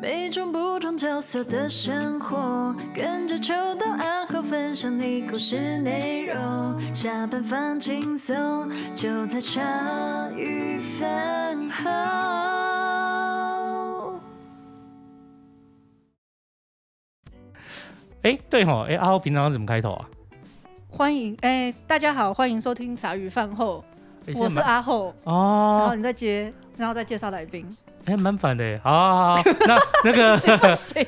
每种不同角色的生活，跟着秋到暗号分享你故事内容。下班放轻松，就在茶余饭后。哎，对吼，哎，阿浩平常怎么开头啊？欢迎，哎、大家好，欢迎收听茶余饭后，诶我是。阿后，哎现在蛮然后哦，你再接，然后再介绍来宾，哎，蛮反的耶。好好 好，那那个行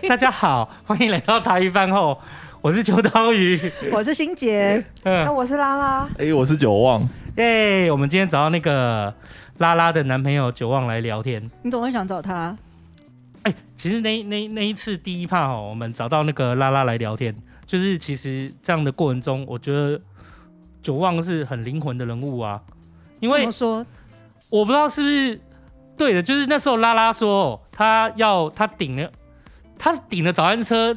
大家好，欢迎来到茶余饭后，我是秋刀鱼。我是欣杰，那嗯，我是拉拉，哎、我是九旺，耶，我们今天找到那个拉拉的男朋友九旺来聊天。你怎么会想找他？哎，其实那那那一次第一趴哦，我们找到那个拉拉来聊天，就是其实这样的过程中，我觉得九旺是很灵魂的人物啊，因怎为么说？我不知道是不是对的，就是那时候拉拉说他要他顶了，他是顶了早安车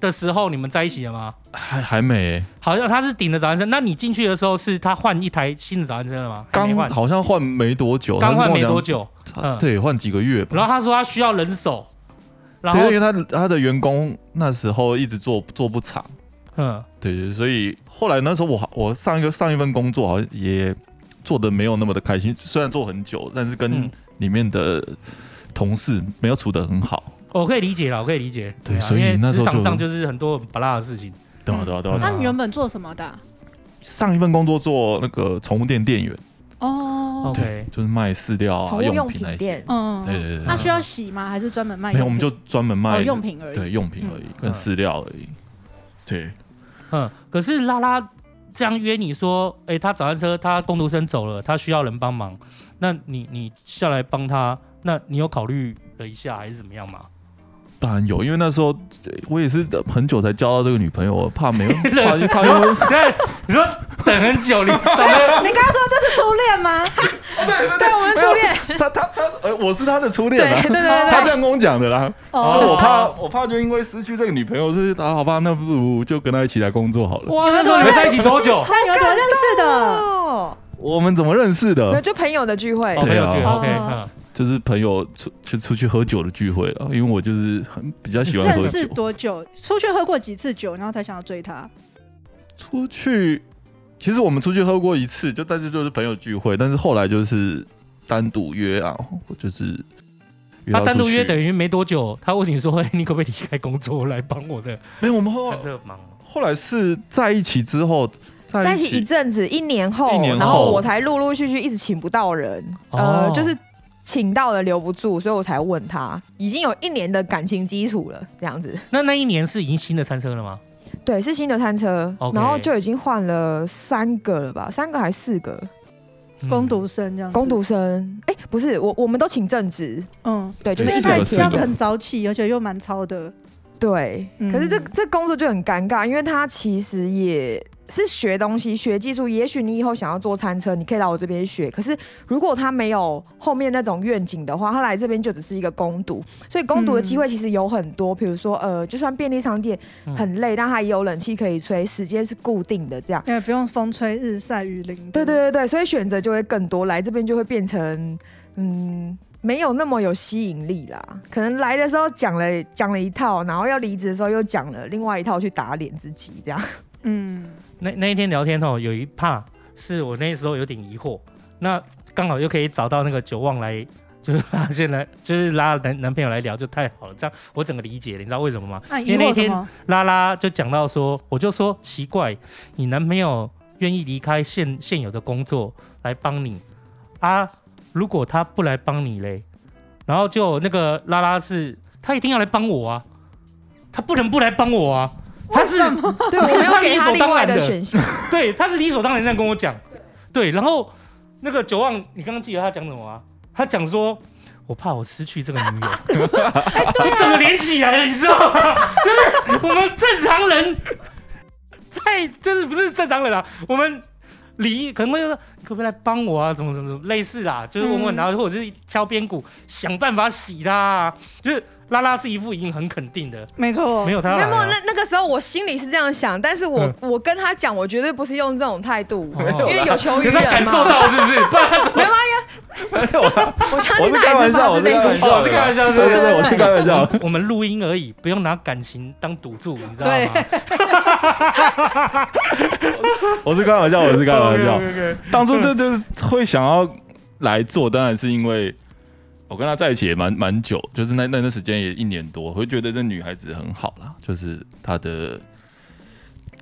的时候，你们在一起了吗？还还没、好像他是顶了早安车，那你进去的时候是他换一台新的早安车了吗？还刚没换，好像换没多久，刚换没多久，久。嗯对，换几个月吧。然后他说他需要人手，然对，因后为他他的员工那时候一直做做不长，嗯，对对，所以后来那时候我好我上一个上一份工作好像也做的没有那么的开心，虽然做很久，但是跟嗯里面的同事没有处得很好，我可以理解了，我可以理解。对啊所以因为那时职候就场上就是很多很不辣的事情。对啊对啊对啊。对那啊嗯你原本做什么的啊、上一份工作做那个宠物店店员，哦， OK，就是卖饲料啊、宠物用品品那些，店。嗯，对对对对那需要洗吗？还是专门卖用品？没有，我们就专门卖哦用品而已。对用品而已，跟嗯饲料而已，对。嗯，可是拉拉这样约你说，哎、他早餐车他工读生走了，他需要人帮忙，那你你下来帮他，那你有考虑了一下还是怎么样吗？当然有，因为那时候呃我也是很久才交到这个女朋友，怕没 有怕怕因为对，你说等很久，你怎么 你刚刚说这是初恋吗？对，我们初恋。她她她呃我是她的初恋啊，对对对她这样跟我讲的啦，哦所以我怕哦我怕就因为失去这个女朋友，所以啊好吧，那不如就跟她一起来工作好了。哇？那时候你哦们在一起多久？那你们怎么认识 的？哦，我们怎么认识没有的？就朋友的聚会哦，，朋友圈对啊 OK，哦嗯，就是朋友出去出去喝酒的聚会了，因为我就是很比较喜欢认喝识酒，多久？出去喝过几次酒，然后才想要追他？出去。其实我们出去喝过一次，就但是就是朋友聚会，但是后来就是单独约啊，就是约他到单独出去约等于没多久，他问你说， 哎、你可不可以离开工作来帮我的没有我们后餐车忙？后来是在一起之后，在一起一阵子，一年后一，年后然后我才陆陆续续一直请不到人，呃哦，就是请到了留不住，所以我才问他，已经有一年的感情基础了，这样子。那那一年是已经新的餐车了吗？对，是新的餐车 OK 然后就已经换了三个了吧，三个还四个嗯工读生这样子。工读生，哎、不是我，我们都请正职，嗯，对，就所是以一他整也个这是样一子个很早起，而且又蛮超的。对，嗯可是这这工作就很尴尬，因为他其实也是学东西、学技术。也许你以后想要做餐车，你可以来我这边学。可是如果他没有后面那种愿景的话，他来这边就只是一个攻读。所以攻读的机会其实有很多，比如说呃，就算便利商店嗯很累，但他也有冷气可以吹，时间是固定的这样。哎，不用风吹日晒雨淋。对对，对对，所以选择就会更多，来这边就会变成嗯。没有那么有吸引力啦，可能来的时候讲了讲了一套，然后要离职的时候又讲了另外一套去打脸自己，这样。嗯，那那一天聊天哦，有一怕是我那时候有点疑惑，那刚好又可以找到那个九旺来，就是拉现在 就是拉男男朋友来聊，就太好了。这样我整个理解了，你知道为什么吗？那疑因为那惑什天么？ 拉拉就讲到说，我就说奇怪，你男朋友愿意离开现现有的工作来帮你啊？如果他不来帮你嘞，然后就那个拉拉是，他一定要来帮我啊，他不能不来帮我啊，他是对，我没有 给他理所他另当外然的的选项。 对，他是理所当然这样跟我讲。对，然后那个九旺，你刚刚记得他讲什么啊？他讲说，我怕我失去这个女友。你 整个连起来了，你知道吗？ 就是我们正常人在，就是不是正常人啊，我们。离可能会说，你可不可以来帮我啊？怎么怎么怎么类似啦，就是问问，嗯然后或者是敲边鼓，想办法洗他、啊。就是拉拉是一副已经很肯定的，没错，没有他 没来、有，哎没有啊那。那个时候我心里是这样想，但是我、我跟他讲，我绝对不是用这种态度，哦因为有求可于是他感人受嘛。到是不是？不然他怎么？没有啦，我相我信是他开也玩是笑，发我自是开内玩心。笑，哦是开玩笑对对对，对我是开玩笑。我们录音而已，不用拿感情当赌注，你知道对哦吗？我是开玩笑，我是开玩笑 OK，OK，OK。当初这就是会想要来做，当然是因为我跟她在一起也蛮蛮久，就是那那段时间也一年多，我会觉得这女孩子很好啦，就是她的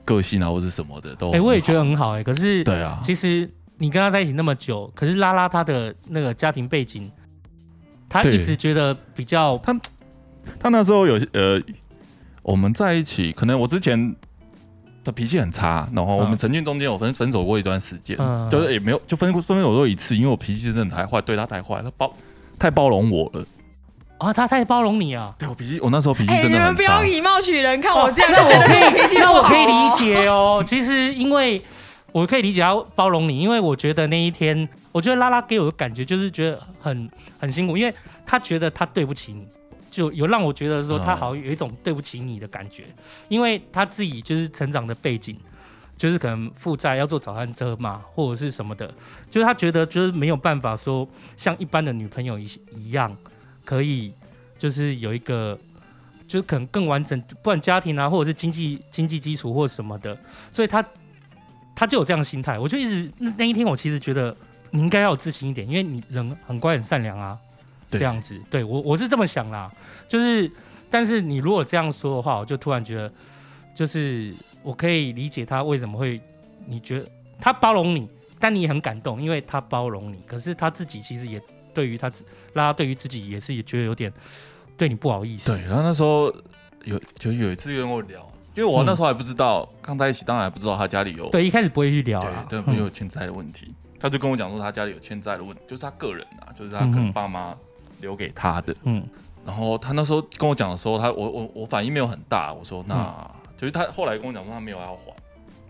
个性啊或是什么的都很哎、好。我也觉得很好哎、可是对啊，其实你跟他在一起那么久，可是拉拉她的那个家庭背景，她对一直觉得比较她那时候有呃，我们在一起，可能我之前。她脾气很差，然后我们嗯曾经中间有分分手过一段时间，嗯就是也没有就分分手过一次，因为我脾气真的太坏，对她太坏，她包太包容我了。啊，她太包容你啊。对我脾气，我那时候脾气哎、真你的很差。们不要以貌取人，看我这样就 那觉我得可以是我脾气不那好、我可以理。解哦。其实因为我可以理解他包容你，因为我觉得那一天，我觉得拉拉给我的感觉就是觉得很很辛苦，因为他觉得他对不起你，就有让我觉得说嗯他好像有一种对不起你的感觉，因为他自己就是成长的背景。就是可能负债要做早餐车嘛，或者是什么的，就是他觉得就是没有办法说像一般的女朋友一一样，可以就是有一个就是可能更完整，不然家庭啊，或者是经济经济基础或什么的，所以他他就有这样的心态。我就一直那那一天，我其实觉得你应该要有自信一点，因为你人很乖很善良啊，对这样子。对我我是这么想啦，就是但是你如果这样说的话，我就突然觉得，就是我可以理解他为什么会你觉得他包容你，但你也很感动，因为他包容你，可是他自己其实也对于他自拉拉对于自己也是也觉得有点对你不好意思。对，然后那时候有就有一次跟我聊，因为我那时候还不知道，刚在一起当然还不知道他家里有对，一开始不会去聊对啊啦。对，嗯朋友欠债的问题，他就跟我讲说他家里有欠债的问题，就是他个人啊，就是他可嗯能哼爸妈留给他的。嗯然后他那时候跟我讲的时候，他我我我反应没有很大，我说那嗯就是他后来跟我讲说他没有要还，我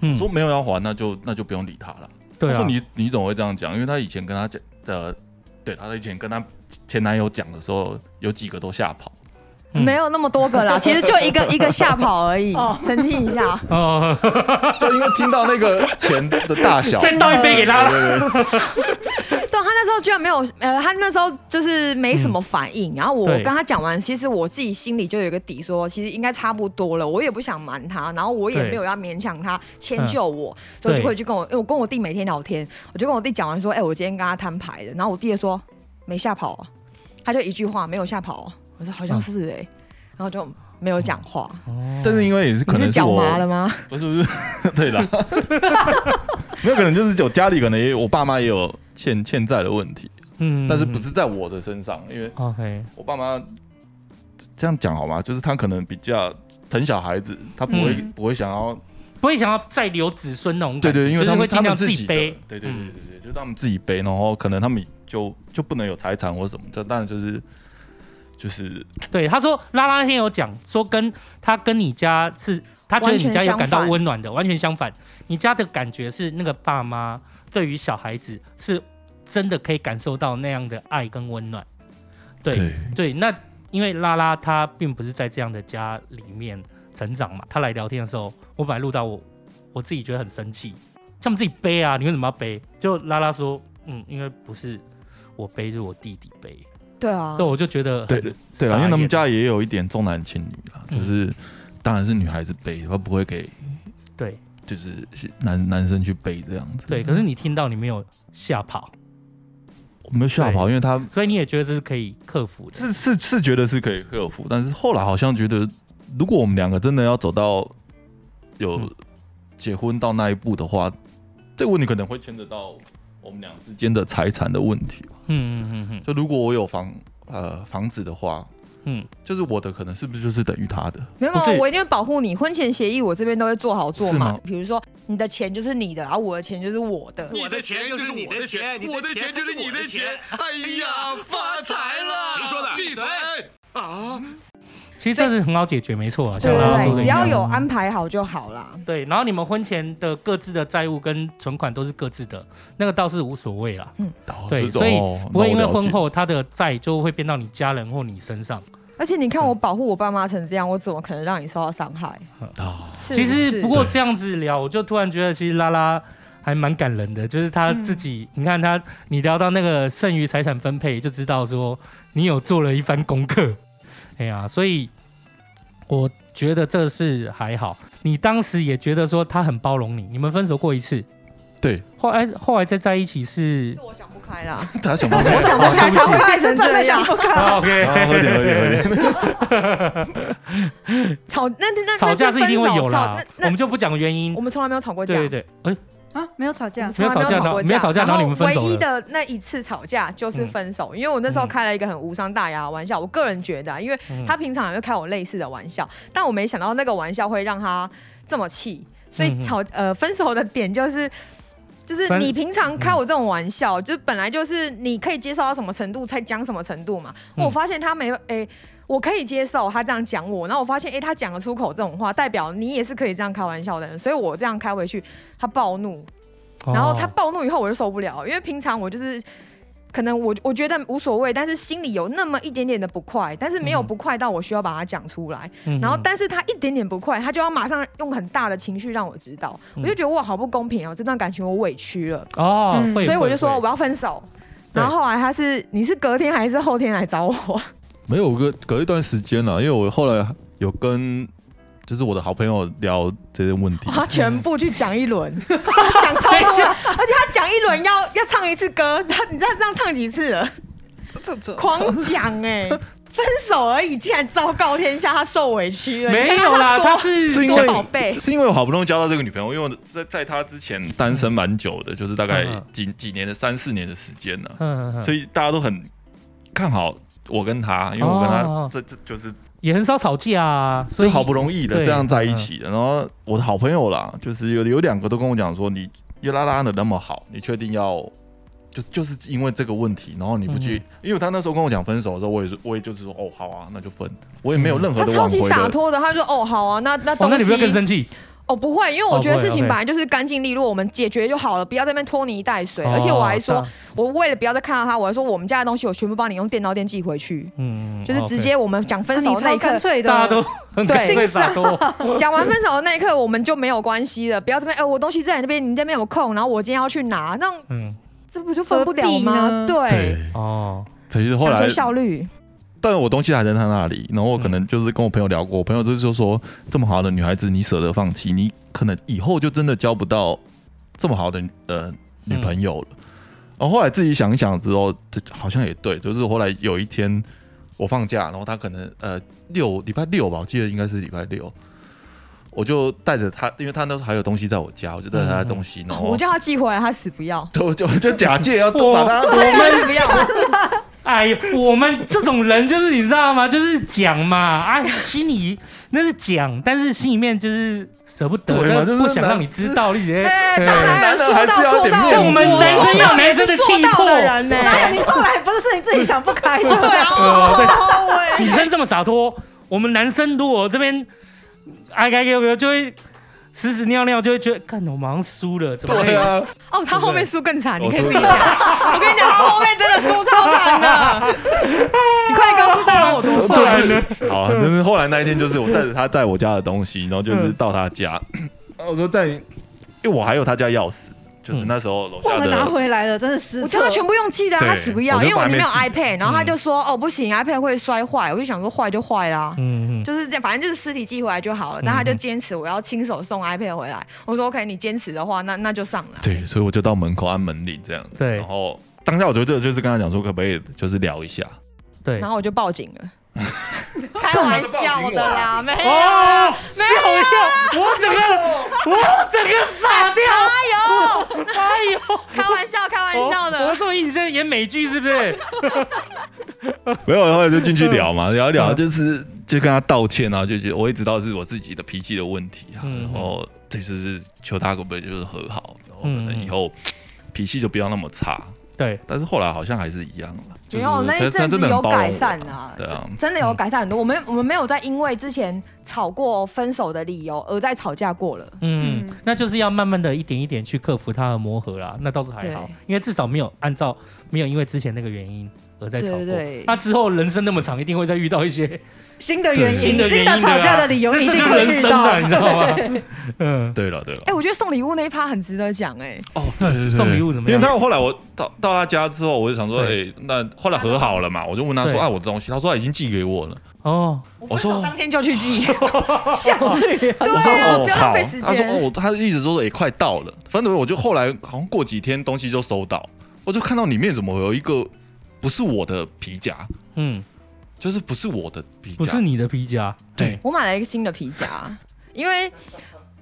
嗯，说没有要还那就那就不用理他了。对我啊说，你你怎么会这样讲？因为他以前跟他讲的，对他以前跟他前男友讲的时候，有几个都吓跑。嗯没有那么多个啦，其实就一个一个吓跑而已。哦澄清一下， 哦，，就因为听到那个钱的大小再倒一杯给拉拉。对对对对他那时候居然没有，呃，他那时候就是没什么反应。然后我嗯对跟他讲完，其实我自己心里就有一个底说，其实应该差不多了，我也不想瞒他，然后我也对嗯没有要勉强他迁就我，所以我就对会去跟我，因为我跟我弟每天聊天，我就跟我弟讲完说，哎、我今天跟他摊牌了，然后我弟就说没吓跑、啊，他就一句话没有吓跑、啊，我说好嗯像是哎、然后就没有讲话，哦但是因为也是可你能是是脚麻了我，吗？不是不是， 对啦，没有可能就是我家里可能也有我爸妈也有欠欠债的问题，嗯但是不是在我的身上，因为 OK？我爸妈这样讲好吗？就是他可能比较疼小孩子，他不会嗯不会想要不会想要再留子孙那种对感觉，对，因为就是他会们他尽们量自己己的背。对对对嗯对对，就是他们自己背，然后可能他们就就不能有财产或什么，这当然就是就是对，他说拉拉那天有讲说跟他跟你家是，他觉得你家有感到温暖的，完全相反。你家的感觉是那个爸妈对于小孩子是真的可以感受到那样的爱跟温暖。对，对，那因为拉拉她并不是在这样的家里面成长嘛，她来聊天的时候，我本来录到我我自己觉得很生气，他们自己背啊，你为什么要背？就拉拉说，嗯，因为不是我背，是我弟弟背，对啊所以，我就觉得对很对啦，因傻为他们眼家也有一点重男轻女啦，嗯就是当然是女孩子背，他不会给对就是男男生去背这样子。对，可是你听到你没有吓跑，我没有吓跑，因为他所以你也觉得这是可以克服的。是是是觉得是可以克服，但是后来好像觉得，如果我们两个真的要走到有嗯结婚到那一步的话，这个问题可能会牵扯到我们俩之间的财产的问题吧。嗯嗯嗯就如果我有房呃房子的话，嗯就是我的可能是不是就是等于他的？没有，不是我一定会保护你。婚前协议我这边都会做好做是满吗，比如说你的钱就是你的，然后啊我的钱就是我的。你的钱哎就是我的钱，我的钱就是你的钱。哎呀，发财了！谁说的？闭嘴！啊！嗯，其实这是很好解决，没错啊，像对拉拉对说对，的一只要样。有安排好就好啦。对，然后你们婚前的各自的债务跟存款都是各自的，那个倒是无所谓啦。哦对，这种所以哦不会因为那我了解婚后他的债就会变到你家人或你身上，而且你看我保护我爸妈成这样，我怎么可能让你受到伤害？啊，是其实是不过这样子聊，我就突然觉得其实拉拉还蛮感人的，就是他自己，你看他，你聊到那个剩余财产分配，就知道说你有做了一番功课。哎呀，所以我觉得这是还好。你当时也觉得说他很包容你，你们分手过一次， 对，后来后来再在一起是是我想不开啦，他 想不开，我想不开才会变成这样。啊 OK，啊喝点喝点喝点， 吵那那那吵架那是一定会分手有啦吵，我那们那就不讲原因我。们从来没有吵过架，对对对，哎，啊，没有吵架，从来没有吵过没有吵架然后你们分手了嗯唯一的那一次吵架就是分手，因为我那时候开了一个很无伤大雅的玩笑。我个人觉得啊、因为嗯他平常也会开我类似的玩笑，但我没想到那个玩笑会让他这么气，所嗯以嗯吵呃分手的点就是。就是分嗯你平常开我这种玩笑，就本来就是你可以接受到什么程度才讲什么程度嘛。嗯我发现他没有，诶、我可以接受他这样讲我，然后我发现，诶，他讲得出口这种话，代表你也是可以这样开玩笑的人，所以我这样开回去，他暴怒，然后他哦暴怒以后我就受不了，因为平常我就是可能我我觉得无所谓，但是心里有那么一点点的不快，但是没有嗯不快到我需要把它讲出来。嗯然后但是他一点点不快，他就要马上用很大的情绪让我知道，嗯我就觉得哇好不公平哦，这段感情我委屈了，哦，嗯会所以我会就说会我要分手。对然后后来他是你是隔天还是后天来找我？没有隔隔一段时间啊了，因为我后来有跟就是我的好朋友聊这些问题， 他全部去讲 一轮，他讲超多，而且他讲一轮要要唱一次歌，他你知道这样唱几次了？这这狂讲哎、分手而已，竟然昭告天下，他受委屈了。没有啦，你他看多是是因多宝为贝是因为我好不容易交到这个女朋友，因为我在在她之前单身蛮久的，就是大概嗯嗯几几年的三四年的时间呢， 嗯，嗯嗯所以大家都很看好我跟她，因为我跟她哦这这就是也很少吵架啊，所所以以好不容易的对嗯这样在一起的，然后我的好朋友啦，就是有有两个都跟我讲说，你又拉拉的那么好，你确定要就就是因为这个问题，然后你不嗯去，因为他那时候跟我讲分手的时候，我也是我也就是说哦好啊，那就分，我也没有嗯任何他的超挽级回洒的。脱的，他就说：“哦，好啊，那那哦，那东你西不要更生气，哦不会，因为我觉得哦不会事情 OK 本来就是干净利落，我们解决就好了，不要在那边拖泥带水。哦而且我还说当，我为了不要再看到他，我还说我们家的东西我全部帮你用电刀店寄回去，嗯，就是直接我们讲分分手手的那那一一刻干，脆的，大家 都很对感谢洒脱，讲完分手的那一刻，我们就没有关系了。不要这边，哎、我东西在你那边，你那边有空，然后我今天要去拿，那样嗯，这不就分不了何必吗？呢对对，，哦，所以后讲来究效率。但我东西还在他那里，然后我可能就是跟我朋友聊过，我朋友就是说，这么好的女孩子，你舍得放弃，你可能以后就真的交不到这么好的呃女朋友了。然后后来自己想一想之后，这好像也对，就是后来有一天我放假，然后他可能呃六礼拜六吧，我记得应该是礼拜六。我就带着他，因为他那时候还有东西在我家，我就带着他的东西，然后我 叫他寄回来，他死不要， 就就就假借要哇把他绝对不要。哎呀，我们这种人就是你知道吗？就是讲嘛， 哎，心里那是讲，但是心里面就是舍不得，对嘛但就是不想男让你知 道，你觉哎、得。大哎男人说男人还是到要做点到，面子我们男生要男生的气魄做到的人呢、哪有你后来不是说你自己想不开的？对啊，呃对，女生这么洒脱，我们男生如果这边哎哎呦呦，就会屎屎尿尿，就会觉得，看我马上输了，怎么会对啊，哦，他后面输更惨，你可以自己我输讲。我跟你讲，他后面真的输超 惨的。你快告诉大人 我多就帅。是好，就是后来那一天，就是我带着他带我家的东西，然后就是到他家， 然后我说带你，因为我还有他家钥匙，就是那时候楼忘哦下了拿的，回来了，真的失我策叫。他全部用寄的啊，对他死不要，我就因为我里面有把它 iPad，然后他就说、哦不行，iPad 会摔坏，我就想说坏就坏啦。嗯嗯就是这样，反正就是尸体寄回来就好了。但他嗯就坚持我要亲手送 iPad 回来。我说 OK，你坚持的话，那那就上来。对，所以我就到门口按门铃这样子，对然后当下我觉得就是跟他讲说，可不可以就是聊一下，对然。后我就报警 了，开玩笑的啊啦，没有哦，吓我一跳！我整个我整个傻掉！哎呦，哎呦！ 开玩笑，开哦玩笑我我的。这么一直在演美剧是不是？没有，然后就进去聊嘛，聊一聊，嗯就是就跟他道歉啊，就觉得我也知道是我自己的脾气的问题啊，嗯然后这就是求他可不可以就是和好，然后可能以后脾气就不要那么差，对，但是后来好像还是一样了，没有，那一阵子有改善啊，对啊真真的有改善很多。我们我们没有再因为之前吵过分手的理由而再吵架过了。嗯，那就是要慢慢的一点一点去克服它和磨合啦。那倒是还好对，因为至少没有按照没有因为之前那个原因而再吵对过对。那之后人生那么长，一定会再遇到一些新的原新因，的原因新的吵架的理由，这一这定就是会人遇生到啊，。你知道吗？ 嗯，对了对了哎、，我觉得送礼物那一趴很值得讲哎、哦，对对对，送礼物怎么因样为他后来我到到他家之后，我就想说，对哎，那后来和好了嘛，我就问他说，对啊，我的东西，他说他已经寄给我了。哦，我说，当天就去 寄，效率啊，我说啊哦不要浪好费时，他说间哦，我他一直说也快到了，反正我就后来好像过几天东西就收到，我就看到里面怎么有一个不是我的皮夹，嗯，就是不是我的皮夹，不是你啊的皮夹，对我买了一个新的皮夹，因为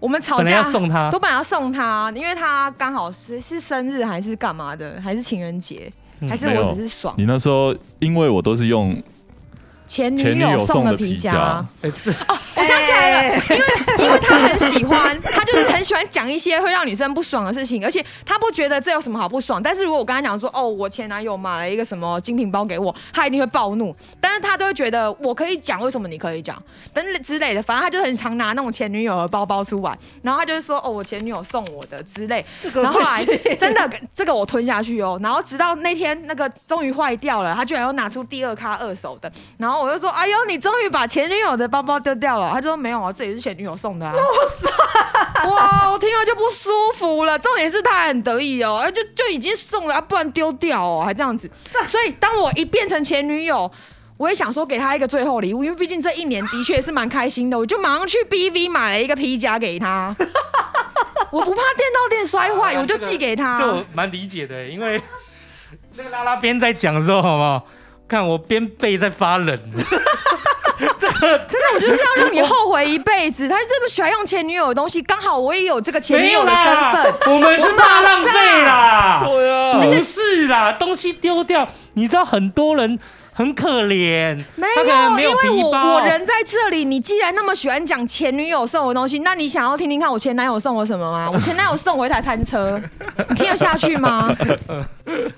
我们吵本来架要送他都，本来要送他，因为他刚好是是生日还是干嘛的，还是情人节，嗯还是没有我只是爽你那时候因为我都是用前前女女友友送送的的皮皮夹夹。，哎，这我想起来了，因为因为他很喜欢，他就是很喜欢讲一些会让女生不爽的事情，而且他不觉得这有什么好不爽。但是如果我跟他讲说，哦，我前男友买了一个什么精品包给我，他一定会暴怒。但是他都会觉得我可以讲，为什么你可以讲？但是之类的，反正他就很常拿那种前女友的包包出来，然后他就会说，哦，我前女友送我的之类。这个然后不后来行。真的这个我吞下去哦，然后直到那天那个终于坏掉了，他居然又拿出第二咖二手的，然后我就说：“哎呦，你终于把前女友的包包丢掉了。”他就说：“没有啊，这也是前女友送 的啊。”哇塞！哇，我听了就不舒服了。重点是他还很得意哦，哎就就已经送了，啊不然丢掉哦，还这样子。所以当我一变成前女友。我也想说给他一个最后礼物，因为毕竟这一年的确是蛮开心的，我就马上去 BV 买了一个皮夹 给他。我不怕电到电摔啊坏，哎我就这个寄给他。这我蛮理解的，因为 那个拉拉边在讲的时候，好不好？看我边背在发冷，真的，我就是要让你后悔一辈子。他这么喜欢用前女友的东西，刚好我也有这个 前女友的身份。份，我们是怕浪费啦，对啊不是啦，东西丢掉，你知道很多人很可怜，没啊他可能没因为皮我包，我人在这里，你既然那么喜欢讲前女友送我东西，那你想要听听看我前男友送我什么 吗？我前男友送我一台餐车，你听得下去 吗？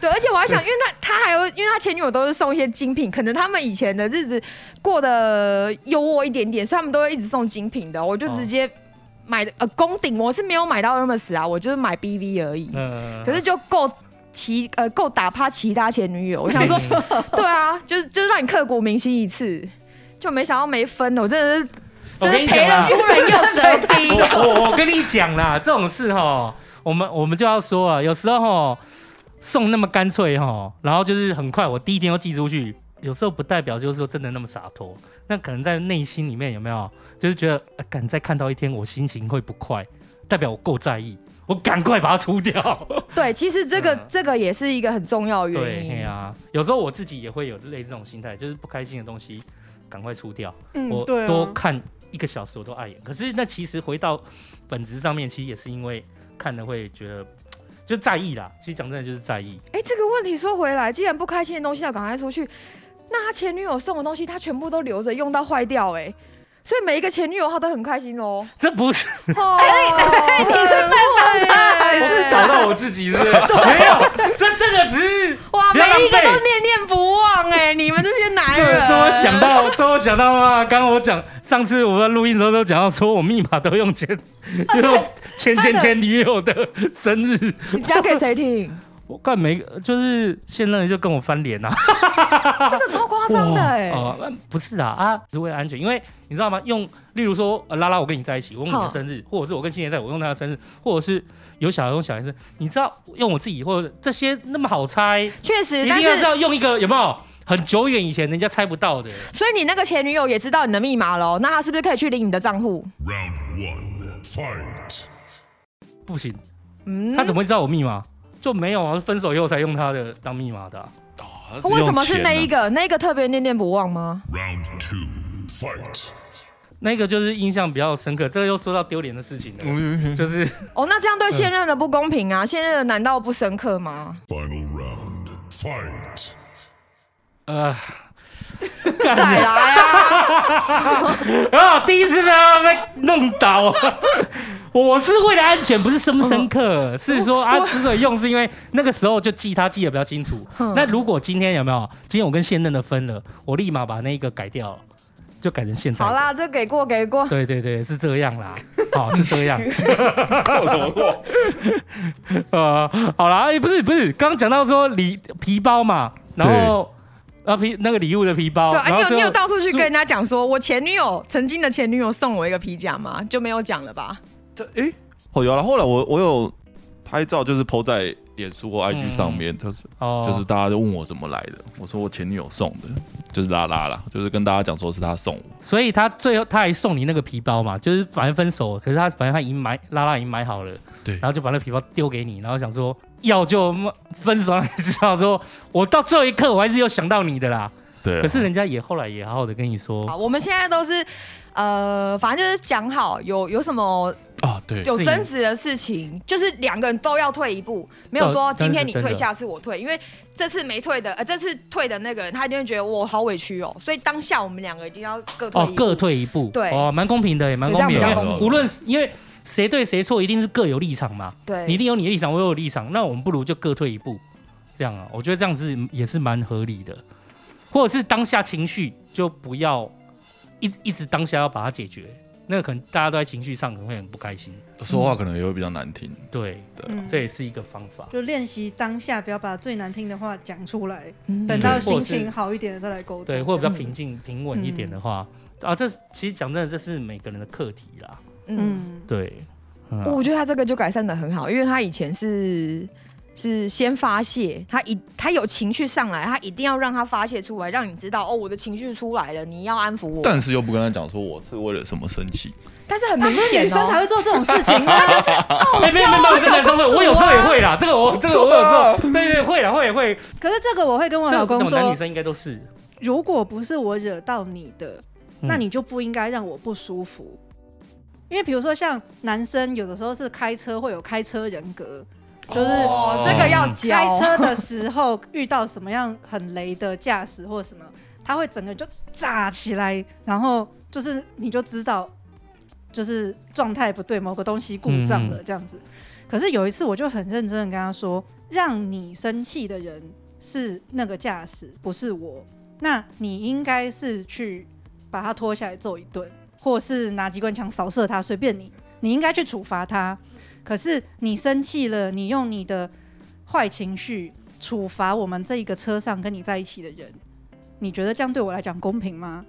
对，而且我还想，因为他他还有，因为他前女友都是送一些精品，可能他们以前的日子过得优渥一点点，所以他们都会一直送精品的。我就直接买的、呃攻顶，我是没有买到 Hermes 啊，我就是买 BV 而已。嗯可是就够其呃够打趴其他前女友。我想说，对啊，就是就是让你刻骨铭心一次，就没想到没分哦了，我真的是我真跟是你赔讲了啦夫，人又折 兵。我哦我我跟你讲啦，这种事哈，我们我们就要说啊了，有时候哈送那么干脆哈，然后就是很快，我第一天就寄出去，有时候不代表就是说真的那么洒脱，那可能在内心里面有没有，就是觉得呃敢、再看到一天，我心情会不快，代表我够在意，我赶快把它出掉。对，其实这个嗯这个也是一个很重要的 对原嘿因。啊，有时候我自己也会有类似这种心态，就是不开心的东西赶快出掉。我嗯，对多啊，看一个小时我都碍眼。可是那其实回到本质上面，其实也是因为看了会觉得就在意啦。其实讲真的就是在意，哎，这个问题说回来，既然不开心的东西要赶快出去，那他前女友送的东西他全部都留着用到坏掉，哎。所以每一个前女友他都很开 心喽。这不是哦，哎你是犯他啊还哎啊找到我自己是不是？ 没有，这这个只是哇，不每要浪一个费都念念不忘哎、你们这些男这啊人，这我想到，这我想到嘛，刚刚我讲上次我在录音的时候都讲到，说我密码都用前，哦用前前前女友的生日， 你讲给谁听？我干没就是现任就跟我翻脸啊。 这个超夸张的哎、哦、呃，不是啦，啊，只是为了安全，因为你知道吗？用，例如说，呃，拉拉，我跟你在一起，我用你的好生日，或者是我跟新年在，我用他的生日，或者是有小孩用小孩生日，你知道用我自己或者这些那么好猜，一确实，但定要知是道用一个有没有很久远以前人家猜不到的。所以你那个前女友也知道你的密码喽，那他是不是可以去领你的账户？ Round one, fight. 不行，嗯他，怎么会知道我密码？就没有啊，分手以后才用他的当密码的啊、哦他为什么是那一？个？那一个特别念念不忘吗？ Round two, fight. 那个就是印象比较深刻。这个又说到丢脸的事情嗯了，就是哦，那这嗯样对现任的不公平啊！现任的难道不深 刻吗？ Final round, fight. 呃，再来啊！ 啊，第一次被他被弄倒。 我是为了安全，不是深不深哦刻，是说啊，之所以用是因为那个时候就记他记得比较清楚。嗯那如果今天有没有？今天我跟现任的分了，我立马把那个改掉了，就改成现在。好，啦，这给过给过。对对对，是这样 啦，好、是这样。过什么 过？呃，好啦，哎、不是不是，刚刚讲到说礼皮包嘛，然后啊皮那个礼物的皮包，对啊，然你后有最你有后到处去送跟人家讲说，我前女友曾经的前女友送我一个皮夹吗？就没有讲了吧？哎、哦有了，后来我我有拍照，就是 PO 在脸书或 IG 上面，就是哦，就是大家就问我怎么来的，我说我前女友送的，就是拉拉啦，就是跟大家讲说是她送我。所以他最后他还送你那个皮包嘛，就是反正分手，可是他反正他已经买拉拉已经买好了，对然后就把那个皮包丢给你，然后想说要就分手，让 你知道说我到最后一刻我还是有想到你的啦。对啊、可是人家也后来也好好的跟你说，好，我们现在都是，呃，反正就是讲好有有什么啊，对，有争执的事情，就是两个人都要退一步，没有说今天你退，下次我退，因为这次没退的，呃，这次退的那个人他一定会觉得我好委屈哦，所以当下我们两个一定要各退哦一步，各退一步，对哦蛮公平的，也蛮对公平这的，样比较因为公平无论是因为谁对谁错，一定是各有立场嘛，对，你一定有你的立场，我有立场，那我们不如就各退一步，这样啊，我觉得这样子也是蛮合理的，或者是当下情绪就不要一一直当下要把它解决，那个可能大家都在情绪上可能会很不开心，嗯说话可能也会比较难听。对，嗯这也是一个方法。就练习当下，不要把最难听的话讲出来，嗯等到对或心者是情好一点再来沟通。对，或者比较这平样子。静、平稳一点的话，啊，这其实讲真的，这是每个人的课题啦。嗯，嗯，对，嗯啊我觉得他这个就改善的很好，因为他以前是。是先发泄，他一他有情绪上来，他一定要让他发泄出来，让你知道哦，我的情绪出来了，你要安抚我。但是又不跟他讲说我是为了什么生气，但是很他明们显、哦，啊女生才会做这种事情啊， 就是哎，没有没有没有，这个小这公个主我有时候也会啦，这个我这个我有时候，对对对会啦会会，可是这个我会跟我这老个公男说女，生应该都是，如果不是我惹到你的，嗯那你就不应该让我不舒服。因为比如说像男生有的时候是开车会有开车人格，就是哦，这个要教。开车的时候遇到什么样很雷的驾驶或什么，他会整个就炸起来，然后就是你就知道，就是状态不对，某个东西故障了这样子。可是有一次我就很认真的跟他说，让你生气的人是那个驾驶，不是我。那你应该是去把他拖下来揍一顿，或是拿机关枪扫射他，随便你，你应该去处罚他。可是你生气了，你用你的坏情绪处罚我们这一个车上跟你在一起的人，你觉得这样对我来讲公平吗？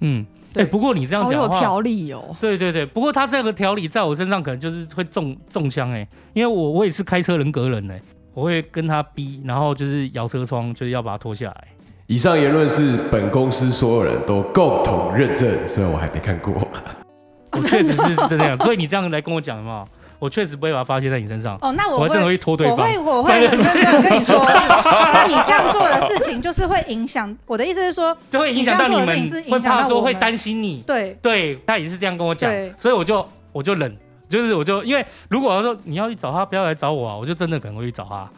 嗯，对哎，不过你这样好讲有的话，条理哦。对对对，不过他这个条理在我身上可能就是会中中枪哎，因为我我也是开车人格人哎，我会跟他逼，然后就是摇车窗，就是要把他拖下来。以上言论是本公司所有人都共同认证，虽然我还没看 过。哦我确实是这样，所以你这样来跟我讲嘛，我确实不会把它发泄在你身上，哦，那我还会真的会拖对我方。会我会很认真的跟你 说，那你这样做的事情就是会影响我的意思是说，就会影响到你你这们样做的事情是，影会响到我们怕说会担心你。对对，他也是这样跟我讲对，所以我就我就忍，就是我就因为如果他说你要去找他，不要来找我啊，我就真的可能会去找他。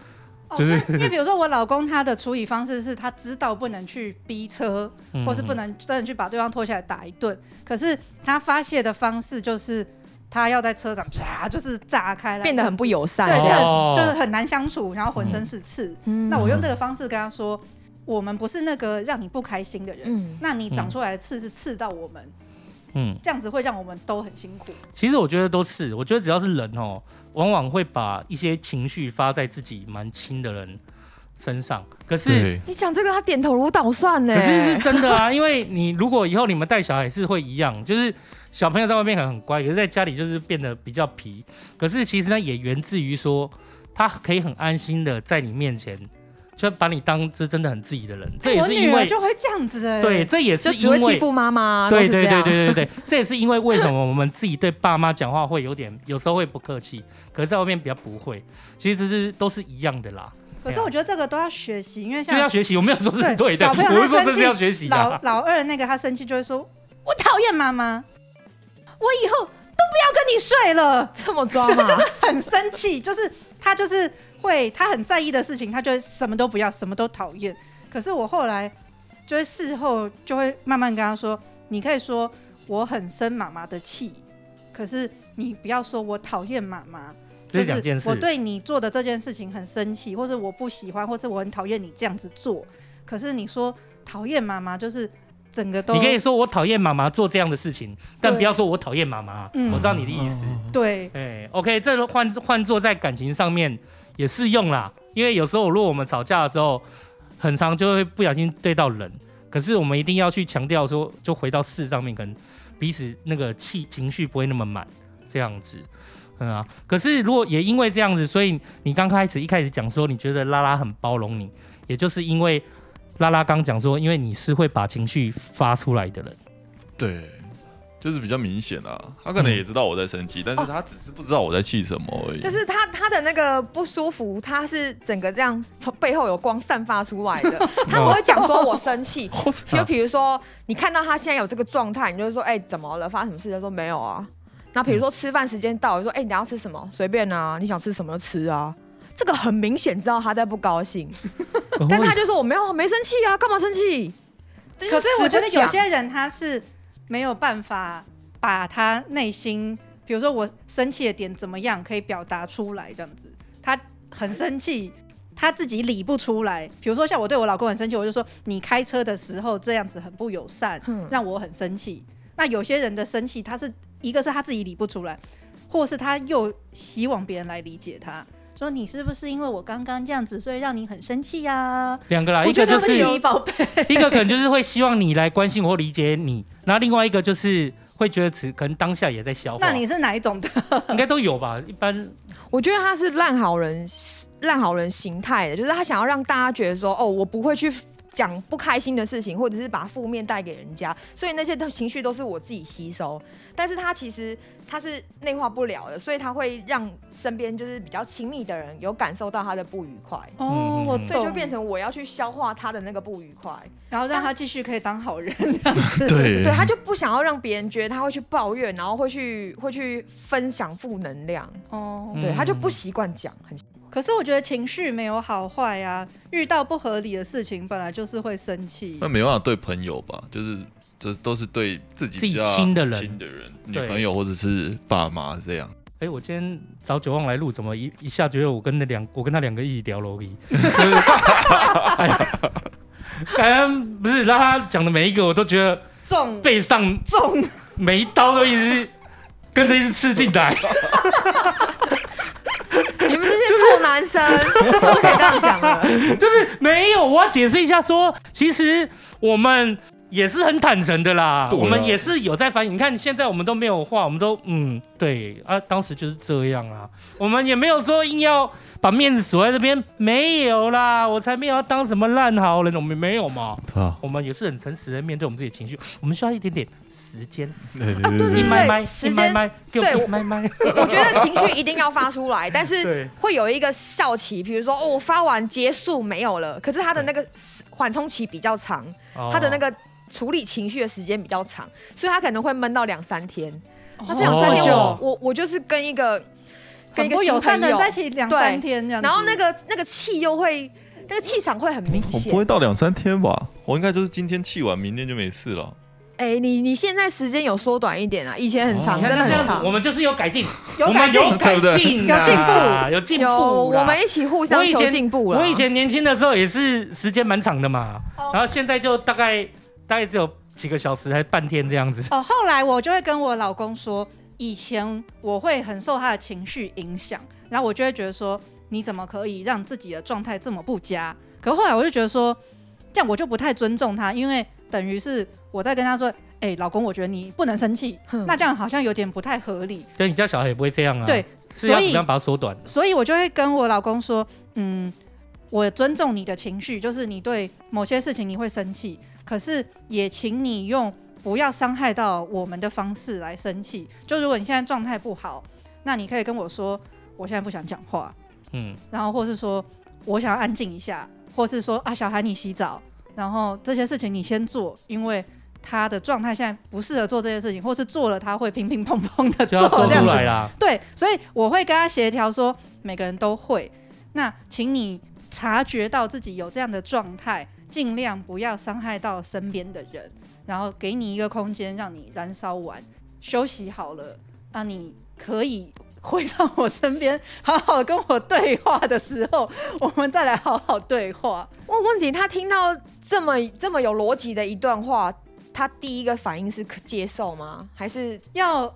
哦就是那因为比如说我老公他的处理方式是他知道不能去逼车，嗯或是不能真的去把对方拖下来打一顿，可是他发泄的方式就是他要在车上啪就是炸开来，变得很不友善。对，哦这样就是很难相处，然后浑身是刺。嗯那我用这个方式跟他说，我们不是那个让你不开心的人，嗯那你长出来的刺是刺到我们，嗯，这样子会让我们都很辛苦。其实我觉得都是，我觉得只要是人哦，往往会把一些情绪发在自己蛮亲的人身上，可是。对，你讲这个，他点头如捣蒜呢。可是是真的 啊，因为你如果以后你们带小孩是会一样，就是小朋友在外面可能很乖，可是在家里就是变得比较皮。可是其实呢，也源自于说他可以很安心的在你面前，就把你当这真的很自己的人。这也哎我是因哎女儿为就会这样子的、欸对，，这也是就只因会欺为负妈啊妈。对都是对这对对对样，对，这也是因为为什么我们自己对爸妈讲话会有点，有时候会不客气，可是在外面比较不会。其实这是都是一样的啦，可是我觉得这个都要学习，因为就要像学习。我没有说是对的，小朋友我是说他这生是气，要学习的老啊。老二那个他生气就会说：“我讨厌妈妈，我以后都不要跟你睡 了。”这么抓嘛？很生气，就是他就是会他很在意的事情，他就会什么都不要，什么都讨厌。可是我后来就是事后就会慢慢跟他说，你可以说我很生妈妈的气，可是你不要说我讨厌妈妈。这就是两件事我对你做的这件事情很生气，或者我不喜欢，或者我很讨厌你这样子做。可是你说讨厌妈妈，就是整个都你可以说我讨厌妈妈做这样的事情，但对不要说我讨厌妈妈。嗯我知道你的意思。对，哎，OK，这个换换做在感情上面也适用啦，因为有时候如果我们吵架的时候，很常就会不小心对到人。可是我们一定要去强调说，就回到事上面，可能彼此那个气情绪不会那么满，这样子。嗯啊，可是如果也因为这样子，所以你刚开始一开始讲说你觉得拉拉很包容你，也就是因为拉拉刚讲说，因为你是会把情绪发出来的 人。对，就是比较明显啊。他可能也知道我在生气，但是他只是不知道我在气什么而已。就是他他的那个不舒服，他是整个这样从背后有光散发出 来的，他不会讲说我生气，就比如说你看到他现在有这个状态，你就会说哎、怎么了，发生什么事？他说没有啊。那比如嗯说吃饭时间到，你说哎、你要吃什么？随便啊，你想吃什么就吃啊。这个很明显知道他在不高兴，但是哦他就说我没有没生气啊，干嘛生气？可是我觉得就是死不有讲些人他是没有办法把他内心，比如说我生气的点怎么样，可以表达出来这样子。他很生气，他自己理不出来。比如说像我对我老公很生气，我就说你开车的时候这样子很不友善，嗯让我很生气。那有些人的生气，他是一个是他自己理不出来，或是他又希望别人来理解他。说你是不是因为我刚刚这样子，所以让你很生气呀、两个啦，我啊一觉个得就这是你宝贝，一个可能就是会希望你来关心我或理解你，然后另外一个就是会觉得此可能当下也在消化。那你是哪一种的？应该都有吧？一般我觉得他是烂好人，烂好人形态的，就是他想要让大家觉得说，哦，我不会去讲不开心的事情，或者是把负面带给人家，所以那些都情绪都是我自己吸收。但是他其实他是内化不了的，所以他会让身边就是比较亲密的人有感受到他的不愉快，哦，我懂，所以就变成我要去消化他的那个不愉快。然后让他继续可以当好人。对对他就不想要让别人觉得他会去抱怨，然后会去会去分享负能量，哦，对嗯他就不习惯讲， 很可是我觉得情绪没有好坏啊，遇到不合理的事情本来就是会生气那。没办法对朋友吧，就是这都是对自己自己比较亲的人亲的人，女对朋友或者是爸妈这样。哎、我今天找九旺来录，怎么一一下觉得我跟那两我跟他两个一起聊楼梯？就是哎呀感觉不是，让他讲的每一个我都觉得重背上重，每一刀都一直跟着一直刺进来。你们这些臭男生，这时候就可以这样讲 了。嗯就是没有，我要解释一下说，其实我们也是很坦诚的啦，对啊我们也是有在反省。你看现在我们都没有话，我们都嗯对啊，当时就是这样啊，我们也没有说硬要把面子锁在这边，没有啦，我才没有要当什么烂好人，我们没有嘛。对啊，我们也是很诚实的面对我们自己的情绪，我们需要一点点时间，对对对一嗯对麦麦，时一间麦麦，给我对一我麦麦。我觉得情绪一定要发 出来，但对是会有一个效期，比如说哦，我发完结束没有了，可是他的那个缓冲期比较长， 他的那哦个处理情绪的时间比较长，所以他可能会闷到两三天。那这两三天哦我，我我就是跟一个跟很一个不友善的人在一新起两对三天这样朋友，子。然后那个那个气又会，那个气场会很明我显不。会到两三天吧，我应该就是今天气完，明天就没事了。哎、你你现在时间有缩短一点啊，以前很长，你看真的那这样很子长哦我。们就是有改进，有我改们进有改对不对进有进啊，有进步啦，有，我们一起互我相以求前进步了。我以前年轻的时候也是时间蛮长的嘛，然后现在就大概大概只有几个小时，还半天这样子。 哦，后来我就会跟我老公说，以前我会很受他的情绪影响，然后我就会觉得说，你怎么可以让自己的状态这么不佳？可后来我就觉得说，这样我就不太尊重他，因为等于是我在跟他说，哎、老公，我觉得你不能生气，哼那这样好像有点不太合理。所以你家小孩也不会这样啊，对，，是要所怎以么样把它缩短？所以我就会跟我老公说，嗯，我尊重你的情绪，就是你对某些事情你会生气，可是也请你用不要伤害到我们的方式来生气。就如果你现在状态不好，那你可以跟我说，我现在不想讲话，嗯，然后或是说我想要安静一下，或是说啊，小孩你洗澡，然后这些事情你先做，因为。他的状态现在不适合做这件事情，或是做了他会乒乒乓乓的就做要说这样出子来啦。对，所以我会跟他协调说，每个人都会。那请你察觉到自己有这样的状态，尽量不要伤害到身边的人，然后给你一个空间，让你燃烧完，休息好了，那你可以。回到我身边，好好跟我对话的时候，我们再来好好对话。问问题，他听到这么这么有逻辑的一段话，他第一个反应是可接受吗？还是要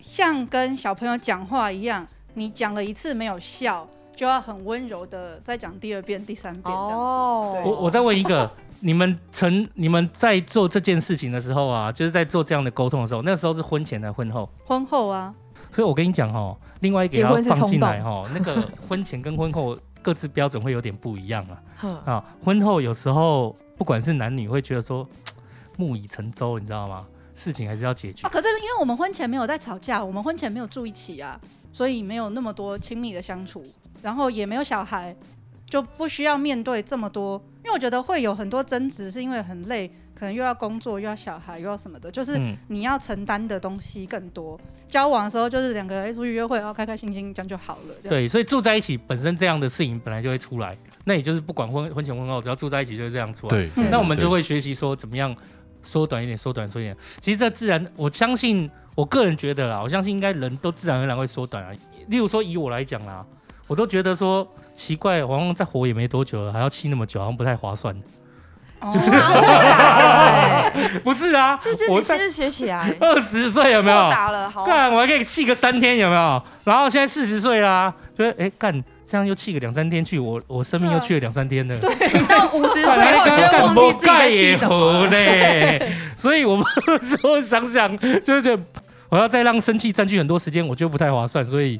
像跟小朋友讲话一样，你讲了一次没有笑，就要很温柔的再讲第二遍、第三遍这样子。哦我我再问一个，你们曾你们在做这件事情的时候啊，就是在做这样的沟通的时候，那时候是婚前还是婚后？婚后啊，所以我跟你讲哦，另外一个也结要婚是放冲进动来哦，那个婚前跟婚后各自标准会有点不一样啊。哼啊，婚后有时候不管是男女，会觉得说木已成舟，你知道吗？事情还是要解决啊，。哦可是因为我们婚前没有在吵架，我们婚前没有住一起啊，所以没有那么多亲密的相处，然后也没有小孩，就不需要面对这么多。因为我觉得会有很多争执，是因为很累，可能又要工作，又要小孩，又要什么的，就是嗯你要承担的东西更多。交往的时候就是两个人出去约会，然后开开心心这样就好了。这样对，所以住在一起本身这样的事情本来就会出来，那也就是不管婚婚前婚后，只要住在一起就是这样出来。对，嗯对那我们就对会学习说怎么样缩短一点，缩短缩短一点。其实这自然，我相信，我个人觉得啦，我相信应该人都自然而然会缩短啊。例如说以我来讲啦，我都觉得说奇怪，好像再活也没多久了，还要气那么久，好像不太划算。啊 哦，不是啊，这这我你在是学起啊来，二十岁有没有我？打了哦好，干，我还可以气个三天有没有？然后现在四十岁啦，觉得哎干，这样又气个两三天去，我我生命又去了两三天了。你到五十本岁来后你就会忘记自己在气什么。嘞，所以我们有时候想想，就是觉得我要再让生气占据很多时间，我觉得不太划算，所以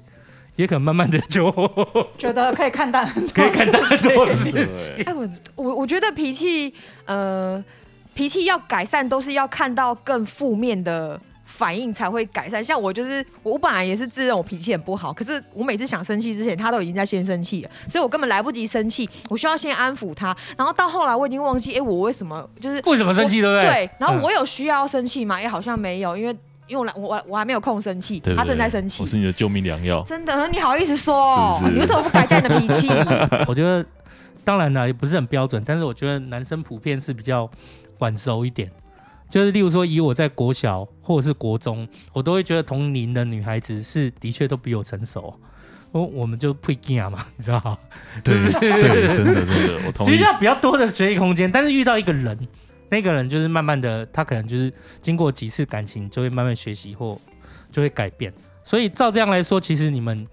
也可能慢慢的就 可觉得可以看淡很多。以看到很多事对情。哎，我我我觉得脾气，呃，脾气要改善，都是要看到更负面的反应才会改善。像我就是，我本来也是自认我脾气很不好，可是我每次想生气之前，他都已经在先生气了，所以我根本来不及生气，我需要先安抚他，然后到后来我已经忘记，哎，我为什么就是为什么生气，对不对？对，然后嗯我有需要生气吗？哎，好像没有，因为因为我来我我我还没有空生气对，他对正在对生我气。是你的救命良药。真的，你好意思说哦？是不是你为什么不改一下你的脾 气？我觉得当然啦，也不是很标准，但是我觉得男生普遍是比较晚熟一点。就是例如说，以我在国小或者是国中，我都会觉得同龄的女孩子是的确都比我成熟。我我们就配 g 嘛，你知道吗？对对，真的真的，我同其意实。要比较多的学习空间，但是遇到一个人，那个人就是慢慢的，他可能就是经过几次感情，就会慢慢学习或就会改变。所以照这样来说，其实你们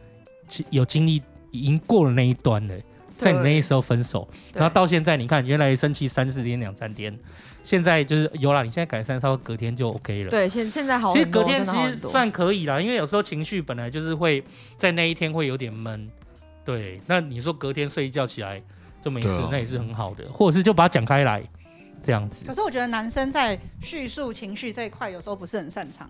其有经历已经过了那一段了，在你那时候分手，对然后到现在，你看原来生气三四天两三天，现在就是有啦，你现在改善，稍微隔天就 OK 了。。对，现现在好其很实多，隔天真的其好很实多算可以啦，因为有时候情绪本来就是会在那一天会有点闷，对。那你说隔天睡一觉起来就没事，对啊那也是很好的，或者是就把它讲开来，这样子可。是我觉得男生在叙述情绪这一块有时候不是很擅长，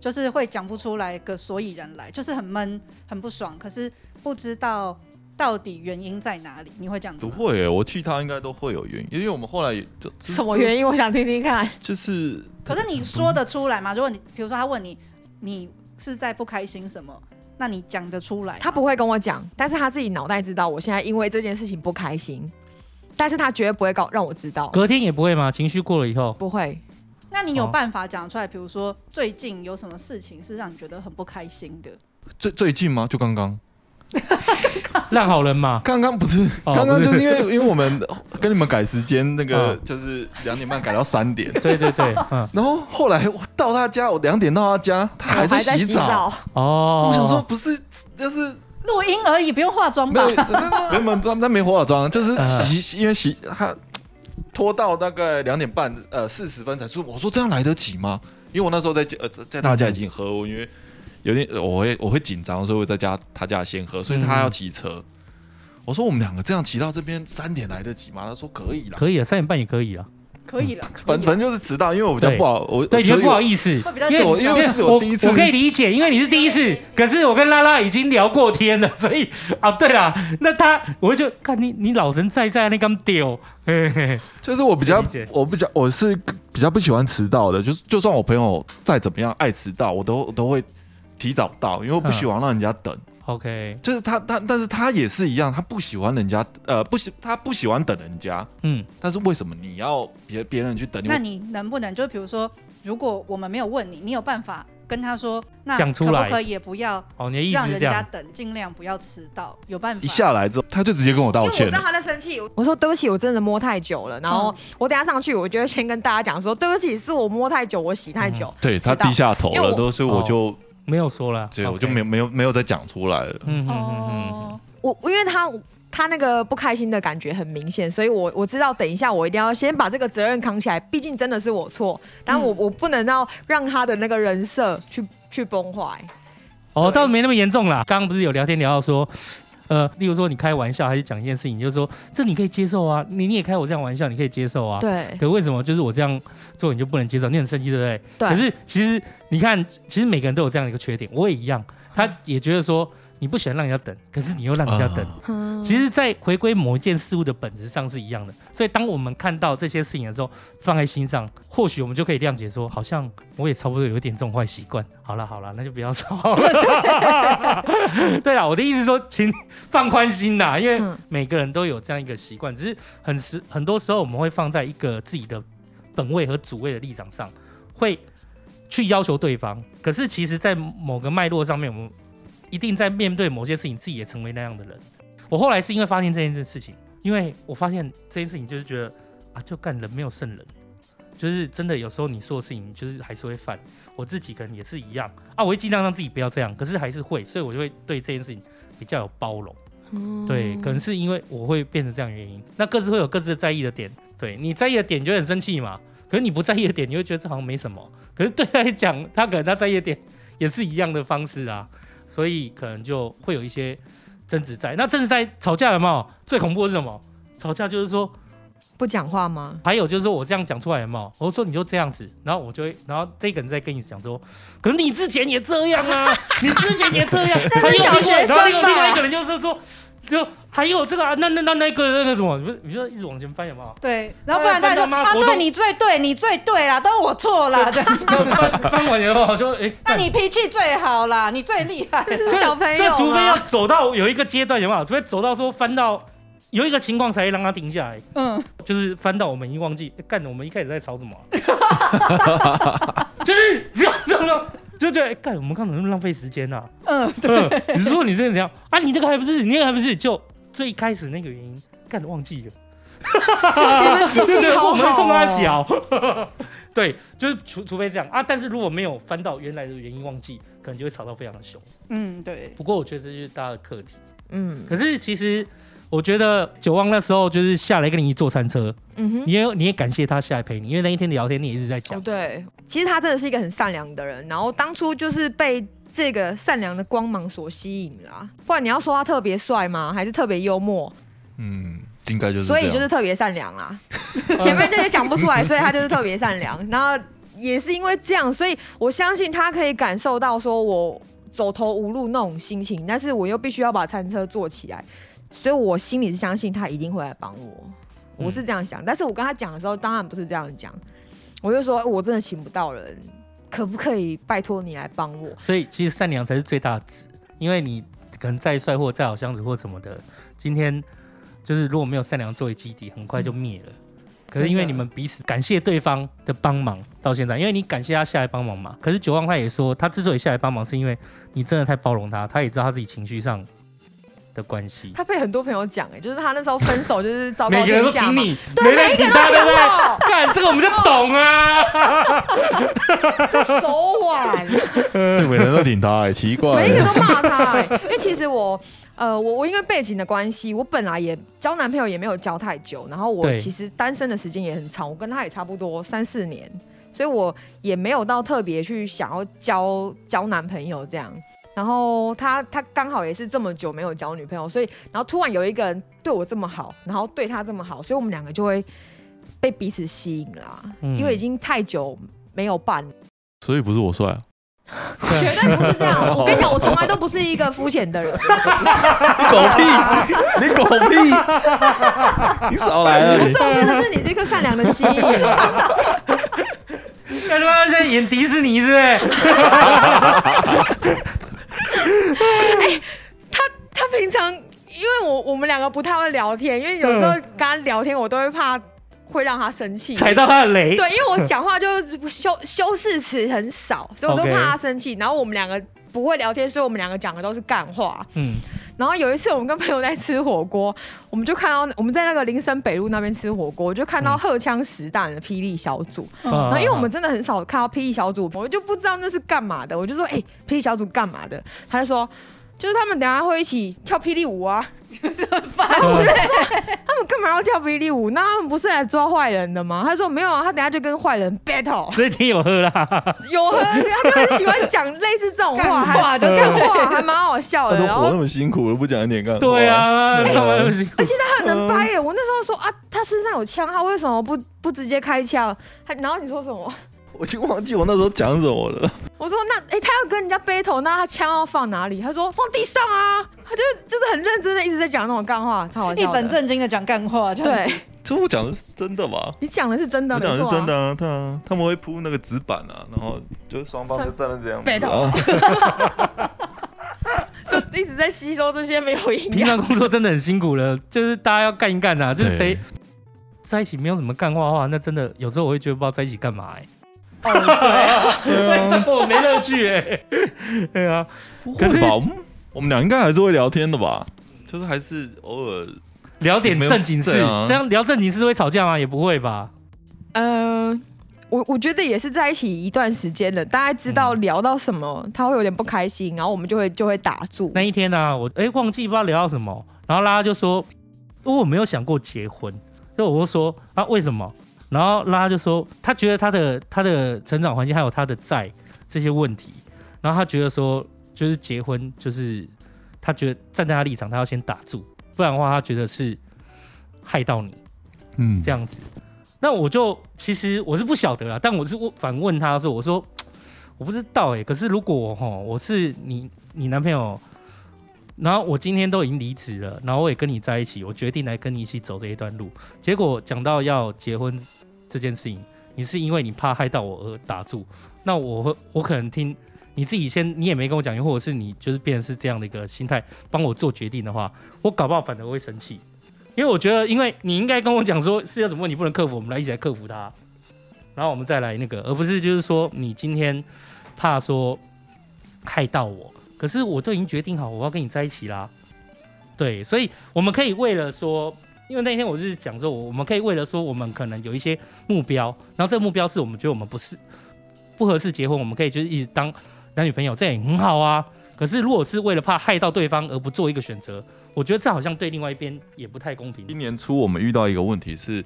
就是会讲不出来个所以然来，就是很闷、很不爽，可是不知道到底原因在哪里。你会这样子不吗？会耶，我气他应该都会有原因，因为我们后来也就什么原因？因？我想听听看。就是可是你说得出来吗？如果你比如说他问你，你是在不开心什么，那你讲得出来吗？ 他不会跟我讲，但是他自己脑袋知道我现在因为这件事情不开心，但是他绝对不会告让我知道，隔天也不会嘛，情绪过了以后，不会。那你有哦办法讲出来？比如说最近有什么事情是让你觉得很不开心的？最最近吗？就刚刚，烂好人嘛，刚啊刚不是，哦 刚刚不是就是因啊为因为我们跟你们改时间，那个嗯就是两点半改到三点，对对对，嗯，然后后来我到他家，我两点到他家，他我在在洗澡，哦，我想说，不是，就是录音而已，不用化 妆 没吧有，？没有没有，他他没化妆，就是嗯洗，洗因为洗他拖到大概两点半，呃，四十分才出门。我说这样来得及吗？因为我那时候在家呃在大家已经喝，我因为有点呃我会我会紧张，所以我在家他家先喝，所以嗯他要骑车。我说我们两个这样骑到这边三点来得及吗？他说可以啦，可以啊，三点半也可以啊。可以了，可以反了反正就是迟到，因为我比较对不好，我对，你会不好思，意思，会比较因为我因为是我我第一次，我可以理解，因为你是第一次，可是我跟拉拉已经聊过天了，所以啊，对啦，那他我就看你你老人在在那刚丢，嘿嘿嘿就是我比较理解，我比较，我是比较不喜欢迟到的。就是就算我朋友再怎么样爱迟到，我都我都会提早到，因为我不喜欢让人家等。 ，OK，就是他，他，但是他也是一样，他不喜欢人家，呃，不喜，他不喜欢等人家。嗯，但是为什么你要别别人去等你？那你能不能就比如说，如果我们没有问你，你有办法跟他说，那讲出来可不可以也不要哦，你的意思让是人这家样，等，尽量不要迟到，有办法？一下来之后，他就直接跟我道歉了。他在生气，我说对不起，我真的摸太久了。然后我等一下上去，我就会先跟大家讲说，对不起，是我摸太久，我洗太久。对他知道低下头因为了，我都所以我就，没有说了，对， OK 我就没有，没有没有再讲出来了。嗯嗯嗯嗯，哦，我因为他他那个不开心的感觉很明显，所以我我知道等一下我一定要先把这个责任扛起来，毕竟真的是我错，但我、我不能让让他的那个人设去去崩坏。哦，倒是没那么严重啦。刚刚不是有聊天聊到说，呃，例如说你开玩笑还是讲一件事情，就是说这你可以接受啊，你你也开我这样玩笑，你可以接受啊。。对可为什么就是我这样做你就不能接受？你很生气，对不对？对可是其实你看，其实每个人都有这样的一个缺点，我也一样。他也觉得说你不喜欢让人家等，可是你又让人啊家等。嗯其实，在回归某一件事物的本质上是一样的。所以，当我们看到这些事情的时候，放在心上，或许我们就可以谅解说，好像我也差不多有一点这种坏习惯。好了好了，那就不要吵了。对啦，我的意思是说，请放宽心啦，因为嗯每个人都有这样一个习惯，只是很时很多时候我们会放在一个自己的本位和主位的立场上，会去要求对方。可是，其实，在某个脉络上面，我们一定在面对某些事情，自己也成为那样的人。我后来是因为发现这件事情，因为我发现这件事情就是觉得啊，就干人没有圣人，就是真的有时候你做的事情就是还是会犯。我自己可能也是一样啊，我会尽量让自己不要这样，可是还是会，所以我就会对这件事情比较有包容。对，可能是因为我会变成这样的原因。那各自会有各自在意的点，对你在意的点，你就会很生气嘛。可是你不在意的点，你会觉得这好像没什么。可是对他来讲，他可能他在意的点也是一样的方式啊，所以可能就会有一些争执在。那争执在吵架了嘛？最恐怖的是什么？吵架就是说，不讲话吗？还有就是说我这样讲出来嘛，我说你就这样子，然后我就会，然后这个人在跟你讲说，可是你之前也这样 啊，你之前也这样，还有另小外，学生吧啊然后另外另外一个人就是说，就还有这个啊，那那那那个那个什么，你就你就一直往前翻，有没有？对，然后不然大家哎真的就吗啊，国中对你最对，你最对啦，都我错啦，这样子。翻翻完以后我就哎，那干你脾气最好啦，你最厉害。是小朋这友除非要吗？走到有一个阶段，有没有？除非走到说翻到有一个情况才会让他停下来，嗯，就是翻到我们已经忘记，诶干、我们一开始在吵什么啊、就是只要这种，就觉得诶干、我们刚才那么浪费时间呐、啊。嗯，对，你是说你真的怎样啊？你这个还不是，你那个还不是，就最开始那个原因，干忘记了。你们记就觉性得好我们好、冲他哦。小，对，就是除除非这样啊，但是如果没有翻到原来的原因忘记，可能就会吵到非常的凶。嗯，对，不过我觉得这就是大家的课题。嗯可是其实我觉得九旺那时候就是下来跟你一起坐餐车，嗯哼。你也你也感谢他下来陪你，因为那一天的聊天你也一直在哦，讲。对，其实他真的是一个很善良的人，然后当初就是被这个善良的光芒所吸引啦。不然你要说他特别帅吗？还是特别幽默？嗯，应该就是这所样。以就是特别善良啊。 前面这些讲不出来，所以他就是特别善良。 然后也是因为这样，所以我相信他可以感受到说我走投无路那种心情，但是我又必须要把餐车做起来，所以我心里是相信他一定会来帮我。嗯我是这样想，但是我跟他讲的时候，当然不是这样讲，我就说我真的请不到人，可不可以拜托你来帮我？所以其实善良才是最大的值，因为你可能再帅或再好相处或什么的，今天就是如果没有善良作为基底，很快就灭了。嗯可是因为你们彼此感谢对方的帮忙，到现在，因为你感谢他下来帮忙嘛。可是九旺他也说，他之所以下来帮忙，是因为你真的太包容他，他也知道他自己情绪上的关系。他被很多朋友讲，哎，就是他那时候分手就是昭告每个人天都下挺嘛，你，没人挺他，对不 我对？ 干这个我们就懂啊。手腕。这每人都挺他、欸，奇 怪、每一个欸。都骂他、欸，因为其实我，呃，我我因为背景的关系，我本来也交男朋友也没有交太久，然后我对其实单身的时间也很长，我跟他也差不多三四年，所以我也没有到特别去想要交交男朋友这样。然后他他刚好也是这么久没有交女朋友，所以然后突然有一个人对我这么好，然后对他这么好，所以我们两个就会被彼此吸引啦，嗯因为已经太久没有伴了所以不是我帅、啊，绝对不是这样。我跟你讲，我从来都不是一个肤浅的人。狗屁，你狗屁，你少来了我你。重视的是你这颗善良的心。干他妈现在演迪士尼是不是？ 他平常，因为我我们两个不太会聊天，因为有时候跟他聊天，我都会怕会让他生气。踩到他的雷。对，因为我讲话就是修修饰词很少，所以我都 OK 怕他生气。然后我们两个不会聊天，所以我们两个讲的都是干话。嗯，然后有一次我们跟朋友在吃火锅，我们就看到我们在那个林森北路那边吃火锅，我就看到荷枪实弹的霹雳小组。啊哦然嗯啊后因为我们真的很少看到霹雳小组，我就不知道那是干嘛的，我就说，哎、霹雳小组干嘛的？他就说。就是他们等一下会一起跳霹雳舞啊，嗯他们干嘛要跳霹雳舞？那他们不是来抓坏人的吗？他说没有啊，他等一下就跟坏人 battle。那天有喝啦，有啊，他就很喜欢讲类似这种话，干话还就对干话，还蛮好笑他的。都然活那后么辛苦了，不讲一点干话？对啊，上班那么辛苦而，且他很能掰耶！我那时候说啊，他身上有枪，他为什么不不直接开枪？他然后你说什么？我已经忘记我那时候讲什么了。我说那哎、他要跟人家 battle，那他枪要放哪里？他说放地上啊！他就就是很认真的一直在讲那种干话，超好笑一哎的。本正经的讲干话，这样子对就我讲的是真的吧？你讲的是真的，我讲的没是错啊真的。啊，对啊，他们会铺那个纸板啊，然后就双方就站在这样子背头啊，一直在吸收这些没有营平养。常工作真的很辛苦了，就是大家要干一干啊，就是谁在一起没有什么干话的话，那真的有时候我会觉得不知道在一起干嘛哎、啊 为什么我没乐趣哎、 对啊，不可是会吧？我们我们俩应该还是会聊天的吧？就是还是偶尔聊点正经事，没有对啊这样聊正经事会吵架吗？也不会吧。呃，我我觉得也是在一起一段时间了，大概知道聊到什么，他会有点不开心，然后我们就会就会打住。那一天呢、我哎、忘记不知道聊到什么，然后拉拉就说，因为我没有想过结婚，所以我就说啊为什么？然后拉拉就说，他觉得他的他的成长环境还有他的债这些问题，然后他觉得说，就是结婚就是他觉得站在他立场，他要先打住，不然的话他觉得是害到你。嗯这样子。那我就其实我是不晓得啦，但我是问反问他说：“我说我不知道哎、可是如果吼我是你你男朋友，然后我今天都已经离职了，然后我也跟你在一起，我决定来跟你一起走这一段路。结果讲到要结婚这件事情，你是因为你怕害到我而打住，那我会我可能听。”你自己先，你也没跟我讲，或者是你就是变成是这样的一个心态，帮我做决定的话，我搞不好反而会生气。因为我觉得，因为你应该跟我讲说是有什么问题不能克服，我们来一起来克服它，然后我们再来那个，而不是就是说你今天怕说害到我，可是我都已经决定好我要跟你在一起啦。对，所以我们可以为了说，因为那天我是讲说，我我们可以为了说我们可能有一些目标，然后这个目标是我们觉得我们不是不合适结婚，我们可以就是一直当男女朋友，这样也很好啊。可是如果是为了怕害到对方而不做一个选择，我觉得这好像对另外一边也不太公平。今年初我们遇到一个问题是，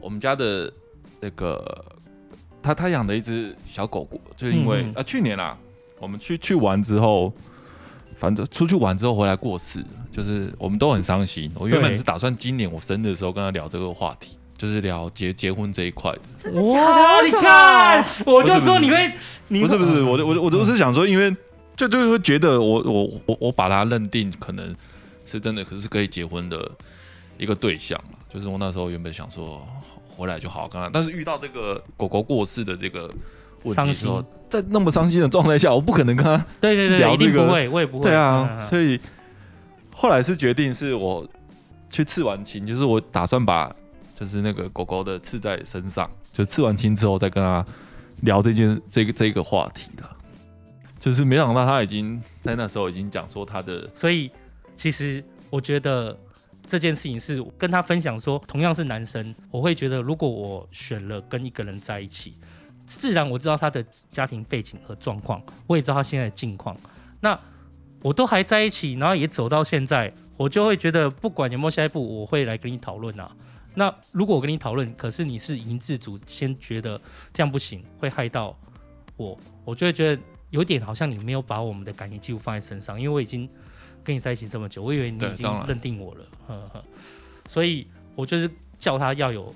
我们家的那个他他养的一只小狗狗，就是因为、嗯啊去年啦，我们去去玩之后，反正出去玩之后回来过世，就是我们都很伤心。我原本对是打算今年我生日的时候跟他聊这个话题，就是聊结结婚这一块的。哇，你看，我就说你会，你不是不是，我就就我就我就是想说，因为就就会觉得我我我我把他认定可能是真的，可是可以结婚的一个对象嘛。就是我那时候原本想说回来就好，刚刚但是遇到这个狗狗过世的这个问题伤之心后，在那么伤心的状态下，我不可能跟他对对对，聊一定这个不会，我也不会。对嗯啊，嗯所以后来是决定是我去刺完青，就是我打算把就是那个狗狗的刺在身上，就刺完青之后再跟他聊这件这个这个话题的。就是没想到他已经在那时候已经讲说他的所以其实我觉得这件事情是跟他分享说，同样是男生，我会觉得如果我选了跟一个人在一起，自然我知道他的家庭背景和状况，我也知道他现在的境况，那我都还在一起，然后也走到现在，我就会觉得不管有没有下一步，我会来跟你讨论啊。那如果我跟你讨论，可是你是已经自主先觉得这样不行，会害到我，我就会觉得有点好像你没有把我们的感情基础放在身上，因为我已经跟你在一起这么久，我以为你对已经当然认定我了，呵呵。所以我就是叫他要有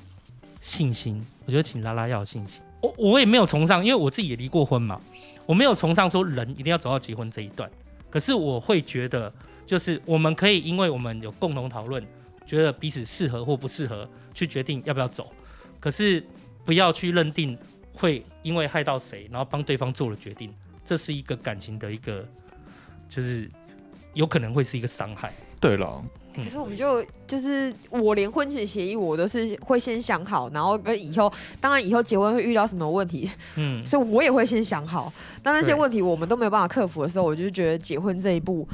信心，我觉得请拉拉要有信心。我我也没有崇尚，因为我自己也离过婚嘛，我没有崇尚说人一定要走到结婚这一段，可是我会觉得，就是我们可以因为我们有共同讨论，觉得彼此适合或不适合，去决定要不要走。可是不要去认定会因为害到谁，然后帮对方做了决定，这是一个感情的一个，就是有可能会是一个伤害。对了，嗯可是我们就就是我连婚前协议我都是会先想好，然后呃以后当然以后结婚会遇到什么问题，嗯，所以我也会先想好。那那些对问题我们都没有办法克服的时候，我就觉得结婚这一步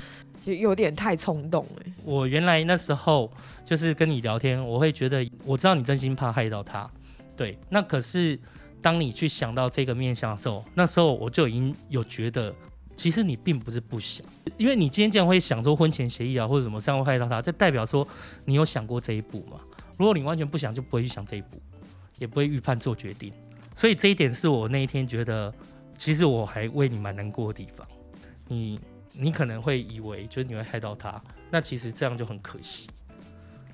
有有点太冲动了、我原来那时候就是跟你聊天，我会觉得我知道你真心怕害到他，对。那可是当你去想到这个面向的时候，那时候我就已经有觉得其实你并不是不想，因为你今天这样会想说婚前协议啊或者什么这样会害到他，这代表说你有想过这一步嘛？如果你完全不想，就不会去想这一步，也不会预判做决定。所以这一点是我那一天觉得，其实我还为你蛮难过的地方。你你可能会以为就是你会害到他，那其实这样就很可惜。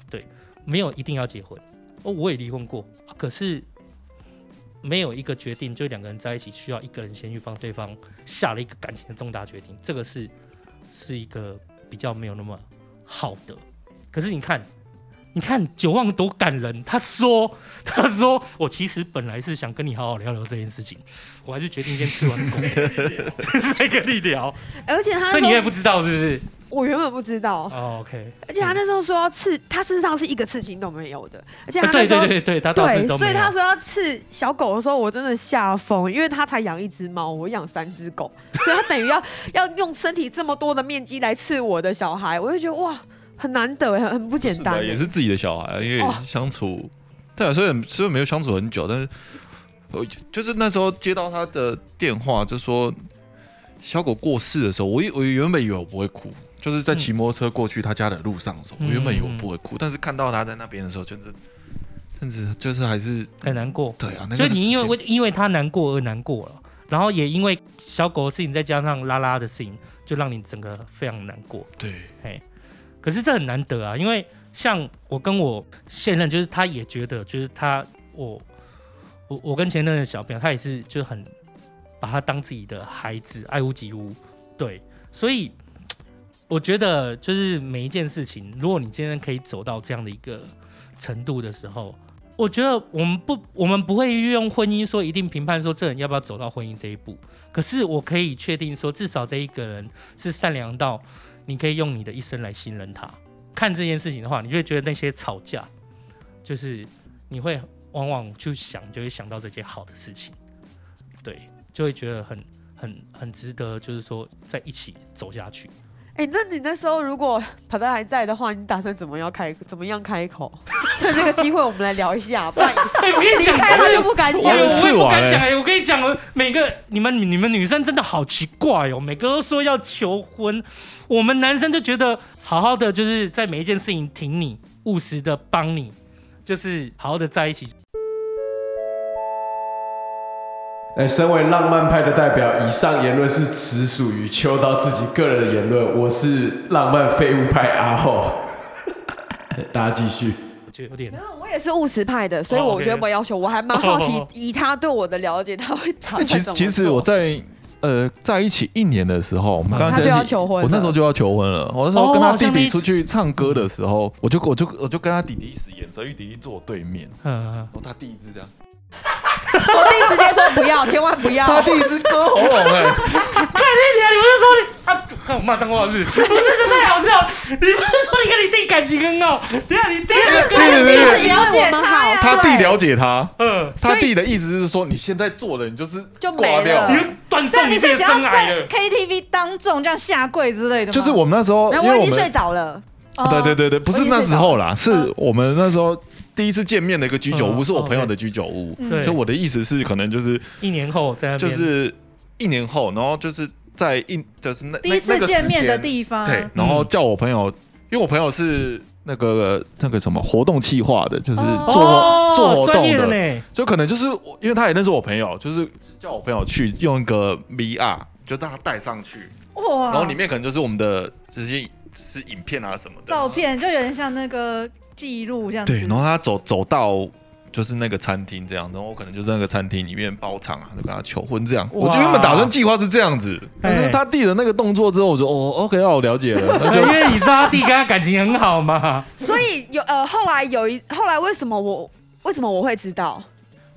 对，没有一定要结婚。哦，我也离婚过，啊可是没有一个决定，就两个人在一起需要一个人先去帮对方下了一个感情的重大决定，这个是是一个比较没有那么好的。可是你看，你看九望多感人，他说他说我其实本来是想跟你好好聊聊这件事情，我还是决定先吃完狗再跟你聊，而且他所以你也那时不候知道是不是？我原本不知道，哦，OK，而且他那时候说要刺，他身上是一个刺青都没有的，而且他啊那对时候对对对，他倒是对都，所没以有他说要刺小狗的时候，我真的吓疯，因为他才养一只猫，我养三只狗，所以他等于要 要用身体这么多的面积来刺我的小孩，我就觉得哇，很难得哎，很很不简单对，哎。也是自己的小孩，因为哦相处，对啊，虽然虽然没有相处很久，但是我就是那时候接到他的电话，就说小狗过世的时候，我以我原本以为我不会哭，就是嗯在骑摩托车过去他家的路上的时候，我原本以为我不会哭，但是看到他在那边的时候，就是，甚至就是还是很难过。对啊，那就个是你因为时间为因为他难过而难过了，然后也因为小狗的事情，再加上拉拉的事情，就让你整个非常难过。对，哎，可是这很难得啊，因为像我跟我现任，就是他也觉得，就是他我我我跟前任的小朋友，他也是就是很把他当自己的孩子，爱屋及乌。对，所以我觉得就是每一件事情，如果你今天可以走到这样的一个程度的时候，我觉得我们不，我们不会用婚姻说一定评判说这人要不要走到婚姻这一步。可是我可以确定说，至少这一个人是善良到你可以用你的一生来信任他。看这件事情的话，你就会觉得那些吵架，就是你会往往去想，就会想到这些好的事情，对，就会觉得很很很值得，就是说在一起走下去。哎、那你那时候如果跑到还在的话，你打算怎么样开怎么样开口？ 趁这个机会，我们来聊一下， 不然哎我跟你离讲开他就不敢我讲也了。我也不敢吃完讲欸哎、我跟你讲，每个你们你们女生真的好奇怪哦，每个都说要求婚，我们男生就觉得好好的就是在每一件事情挺你，务实的帮你，就是好好的在一起。哎，身为浪漫派的代表，以上言论是只属于秋刀自己个人的言论，我是浪漫废物派阿后。 大家继续。我觉得有点我也是务实派的，所以哦我 OK 觉得我要求，我还蛮好奇哦，以他对我的了解，他会 他会其怎实么其实做我在呃在一起一年的时候，我们刚刚他在一就要起求婚我那时候了就要求婚了。我那时哦候跟他好像弟那一弟出去唱歌的时候，我就我就我就跟他弟弟一使眼色，因为弟弟坐我对面，嗯，然后他弟一直这样，我弟直接说不要，千万不要。他弟一直割喉咙哎、 看你啊，你不是说你啊？看我骂脏话是不是？不是，这太好笑了！你不是说你跟你弟感情很好？等一下你弟对对就是对，因为我们好，他弟了解他，嗯，他弟的意思是说你现在做了，你就是就没挂掉了你。就断那送你自己是的想真要爱在了。 KTV 当众这样下跪之类的吗？就是我们那时候，然因后我为已我经睡们哦着了，对对对对，不我是已经那睡时着嗯候啦，是我们那时候第一次见面的一个居酒嗯屋，是我朋友 OK 的居酒屋，对所以我的意思是可能就是一年后在那就边，是一年后，然后就是在一就是那第一次见面的、地那方，那个时间对，然后嗯叫我朋友，因为我朋友是那个那个什么活动企划的，就是哦做、做活专动业的的，呢，就可能就是我，因为他也认识我朋友，就是叫我朋友去用一个 VR，就让他带上去，哇，然后里面可能就是我们的这些就是影片啊什么的照。片就有点像那个记录这样子。对，然后他走走到就是那个餐厅这样，然后我可能就在那个餐厅里面包场啊，就跟他求婚这样。我哇就原本打算计划是这样子，哎但是他递了那个动作之后，我就哦，OK，那我了解了， 那因就为你知道他弟跟他感情很好嘛。所以有呃，后来有一后来为什么我为什么我会知道？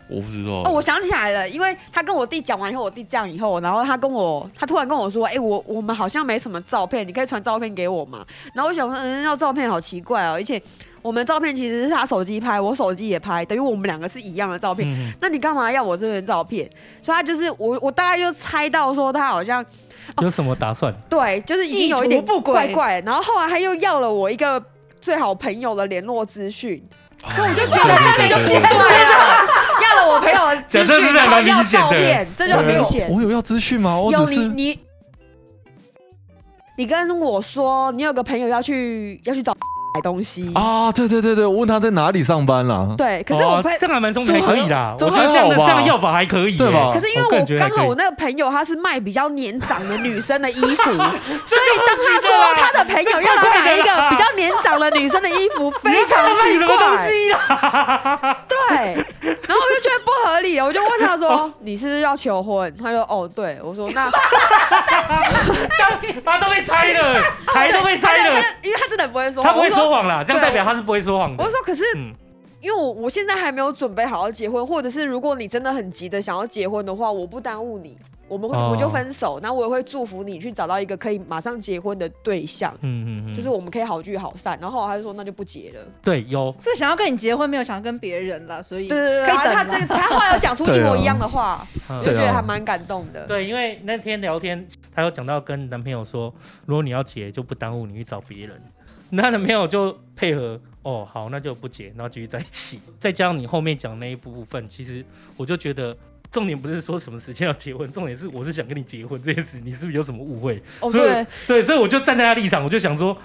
我不知道。哦，我想起来了，因为他跟我弟讲完以后，我弟这样以后，然后他跟我，他突然跟我说，哎、我我们好像没什么照片，你可以传照片给我吗？然后我想说，嗯，要照片好奇怪哦，而且我们照片其实是他手机拍，我手机也拍，等于我们两个是一样的照片，嗯，那你干嘛要我这边照片？所以他就是我，我大概就猜到说他好像有什么打算？对，就是已经有一意点图不轨怪怪，然后后来他又要了我一个最好朋友的联络资讯，哦所以我就觉得那个就不对了，要了我朋友的资讲这讯，是然后蛮明要显照的片，这就很明显。我有要资讯吗？我有只你是你你跟我说你有个朋友要去要去找 买东西，哦啊，对对对对，我问他在哪里上班啦？对，可是我哦朋这样还蛮聪明，还可以啦。我就觉得这样的还这好吧样的药法还可以耶，对吧可是因为个人我觉得还刚可以好我那个朋友他是卖比较年长的女生的衣服，所以当他说他的朋友要来买一个比较年长的女生的衣 服，非常奇怪。对，然后我就觉得不合理，我就问他 说：“你是不是要求婚？”他说：“哦，对。”我说：“ 那他都被拆 了，台都被拆他就了他，就因为他真的不会说谎，他不会我说说谎啦，这样代表对他是不会说谎的我。说可是。嗯因为我我现在还没有准备好要结婚，或者是如果你真的很急的想要结婚的话，我不耽误你，我们会、哦我就分手，那我也会祝福你去找到一个可以马上结婚的对象，嗯嗯嗯，就是我们可以好聚好散。然后他就说那就不结了，对有是想要跟你结婚，没有想要跟别人啦，所以对对对，然后他这个他后来有讲出一模一样的话，对啊我就觉得还蛮感动的。对，因为那天聊天，她有讲到跟男朋友说，如果你要结，就不耽误你去找别人。那男朋友就配合，哦，好，那就不结，然后继续 在一起。再加上你后面讲那一部分，其实我就觉得。重点不是说什么时间要结婚，重点是我是想跟你结婚这件事，你是不是有什么误会？哦所以对对，所以我就站在他立场，我就想说，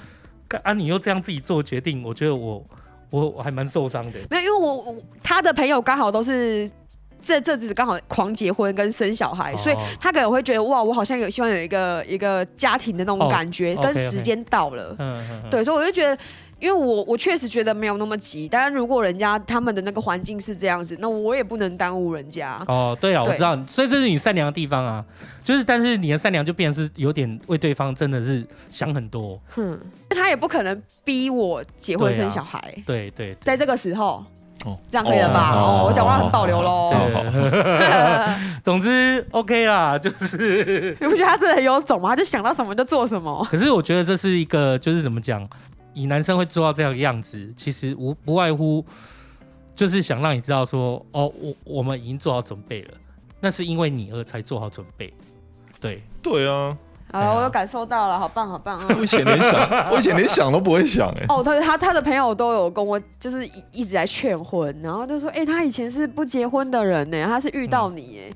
干啊，你又这样自己做决定，我觉得我我我还蛮受伤的。没有，因为我我他的朋友刚好都是这这只刚好狂结婚跟生小孩，哦所以他可能会觉得哇，我好像有希望有一个一个家庭的那种哦感觉， OK，跟 OK 时间到了。嗯，嗯嗯对，所以我就觉得，因为我我确实觉得没有那么急，但是如果人家他们的那个环境是这样子，那我也不能耽误人家。哦，对了，我对知道，所以这是你善良的地方啊，就是但是你的善良就变成是有点为对方真的是想很多，哼，他也不可能逼我结婚对啊生小孩，对对在这个时候，哦这样可以了吧？哦哦，我讲话很保留喽。对， 总之 OK 啦，就是， 你不觉得他真的很有种吗？他就想到什么就做什么。可是我觉得这是一个就是怎么讲，以男生会做到这样的样子，其实无不外乎就是想让你知道说，哦，我我们已经做好准备了，那是因为你而才做好准备，对，对啊，好了，我有感受到了，好棒，好棒啊！ 我以前连想，我以前连想都不会想哎、哦，他他他的朋友都有跟我，就是一一直在劝婚，然后就说，哎、他以前是不结婚的人呢，他是遇到你，嗯哎、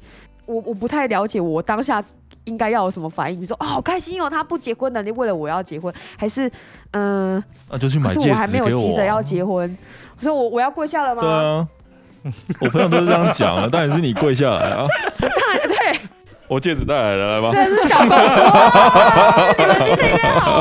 我我不太了解我当下应该要有什么反应，你说，哦，好开心哦，他不结婚的，你为了我要结婚，还是，嗯、那、就去可买是戒我还没指有给急我着啊。要结婚，我说我我要跪下了对吗？啊，我朋友都是这样讲啊，当然是你跪下来啊。 对，我戒指带来了，来吧。真的是小公主啊，你们今天约好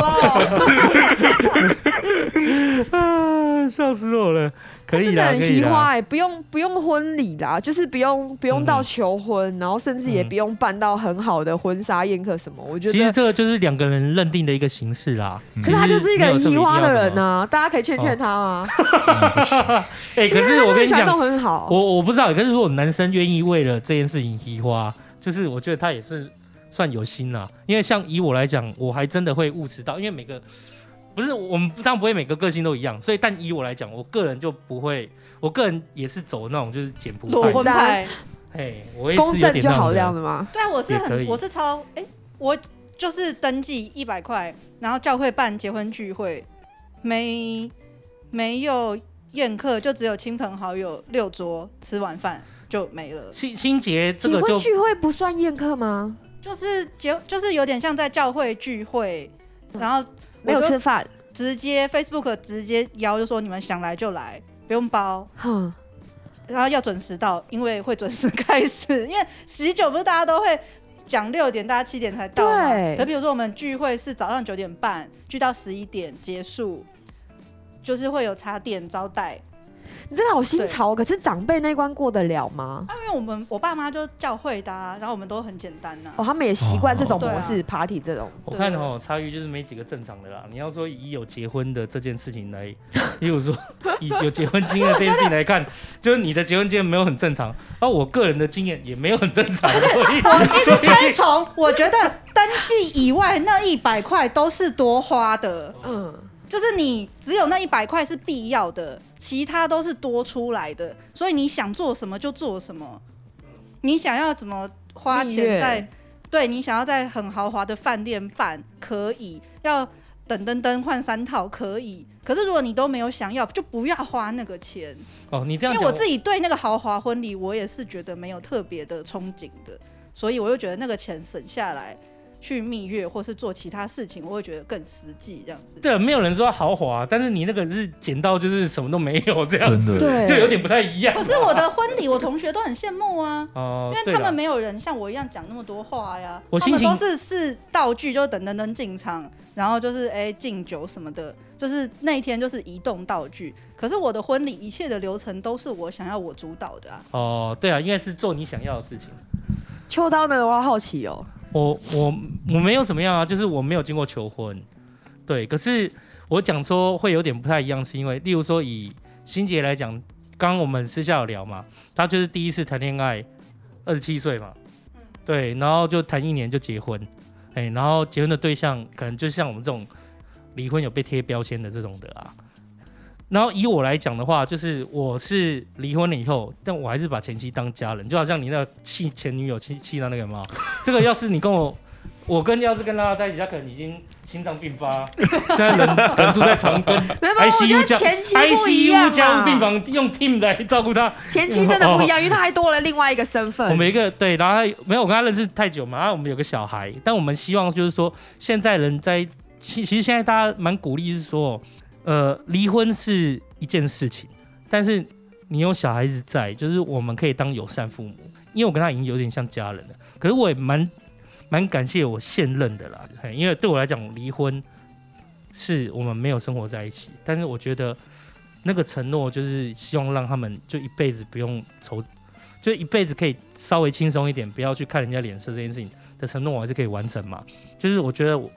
了，啊， 笑死我了， 可以真的啦，很可以喜欢，啦，哎不用不用婚礼啦，就是不用不用到求婚，然后甚至也不用办到很好的婚纱宴客什么，我觉其实得。嗯这个就是两个人认定的一个形式啦。可是他就是一个很其实没移有特别花一定的要人什么。呐、啊，大家可以劝劝他啊。哎、可因为是他我真的跟你喜欢讲，弄很好，啊我我不知道，可是如果男生愿意为了这件事情移花，就是我觉得他也是算有心啦。因为像以我来讲，我还真的会悟识到，因为每个不是我们当然不会每个个性都一样，所以但以我来讲，我个人就不会，我个人也是走那种就是简朴裸派婚的，派派。哎，我也是公有正点就那好种这样的。子吗？对啊，我是也可以很我是超哎、我就是登记一百块，然后教会办结婚聚会，没没有宴客，就只有亲朋好友六桌吃晚饭就没了。心心结这结个婚就聚会不算宴客吗？就是结就是有点像在教会聚会，然后没有我就吃饭，直接 Facebook 直接邀就说你们想来就来，不用包，哼，然后要准时到，因为会准时开始，因为喜酒不是大家都会讲六点，大家七点才到嘛。对可比如说我们聚会是早上九点半聚到十一点结束，就是会有茶点招待。你真的好新潮。可是长辈那关过得了吗？啊因为我们我爸妈就教会的、啊，然后我们都很简单呐、哦，他们也习惯这种对啊模式，party 这种。我看哦，差异就是没几个正常的啦。你要说以有结婚的这件事情来， 例如说以有结婚经验这件事情来看， 就是你的结婚经验没有很正常，而我个人的经验也没有很正常， 所以我一所直以推崇，我觉得登记以外那一百块都是多花的，嗯，就是你只有那一百块是必要的，其他都是多出来的，所以你想做什么就做什么，你想要怎么花蜜钱月在，对你想要在很豪华的饭店办可以，要等等等换三套可以，可是如果你都没有想要，就不要花那个钱。 哦，你这样因讲，为我自己对那个豪华婚礼，我也是觉得没有特别的憧憬的，所以我又觉得那个钱省下来，去蜜月或是做其他事情，我会觉得更实际这样子。对，啊没有人说豪华，但是你那个是捡到就是什么都没有这样真子，的对就有点不太一样。 可是我的婚礼，我同学都很羡慕啊，哦，因为对他啦们没有人像我一样讲那么多话呀。我他心们情都是是道具，就等等等进场，然后就是哎敬酒什么的，就是那一天就是移动道具。可是我的婚礼一切的流程都是我想要我主导的啊。哦，对啊，应该是做你想要的事情。秋刀呢，我好好奇哦。我我我没有怎么样啊，就是我没有经过求婚，对。可是我讲说会有点不太一样，是因为例如说以心杰来讲，刚刚我们私下有聊嘛，他就是第一次谈恋爱，二十七岁嘛，对，然后就谈一年就结婚，哎、然后结婚的对象可能就像我们这种离婚有被贴标签的这种的啊。然后以我来讲的话，就是我是离婚了以后，但我还是把前妻当家人，就好像你那个气前女友气气到那个嘛，这个要是你跟我，我跟要是跟拉拉在一起，他可能已经心脏 病发，现在人可能住在长庚没有我觉得，ICU 加前妻不一样 ICU 嘛加护病房用 team 来照顾他，前妻真的不一样，哦因为他还多了另外一个身份。我们有一个对，然后他没有我跟他认识太久嘛，啊然后我们有个小孩，但我们希望就是说，现在人在其其实现在大家蛮鼓励是说，呃，离婚是一件事情，但是你有小孩子在，就是我们可以当友善父母，因为我跟他已经有点像家人了。可是我也蛮蛮感谢我现任的啦，嘿因为对我来讲，离婚是我们没有生活在一起，但是我觉得那个承诺就是希望让他们就一辈子不用愁，就一辈子可以稍微轻松一点，不要去看人家脸色这件事情的承诺，我还是可以完成嘛。就是我觉得我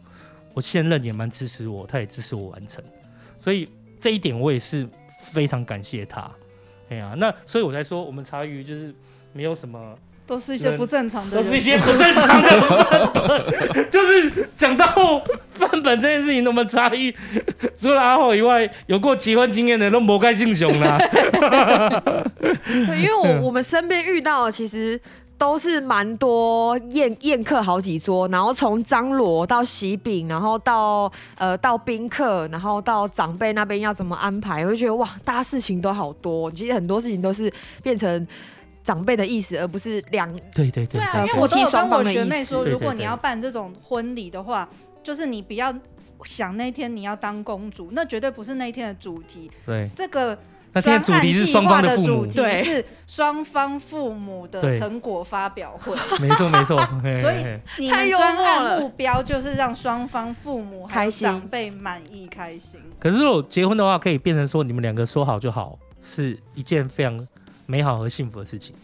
我现任也蛮支持我，他也支持我完成，所以这一点我也是非常感谢他。哎呀、那所以我才说我们茶余就是没有什么。都是一些不正常的都人，是一些 不正常的范本，就是讲到范本这件事情，我们差异除了阿浩以外，有过结婚经验的都魔盖敬雄啦。对，因为我我们身边遇嗯到的其实都是蛮多宴宴客好几桌，然后从张罗到喜饼，然后到呃到宾客，然后到长辈那边要怎么安排，我就觉得哇，大家事情都好多，其实很多事情都是变成长辈的意思，而不是两 对对对，啊因为我都有夫妻双跟方我的学意妹思说，对如对果对你要办这种婚礼的话，就是你不要想那天你要当公主，那绝对不是那一天的主题。对这个那天的主题是双方的父母专案计划的主题是双方父母的对成果发表会。 没错没错，嘿所嘿以嘿 你太们幽专默案了目标就是让双方父母还开有心长辈满意开心。可是如果结婚的话，可以变成说你们两个说好就好，是一件非常美好和幸福的事情。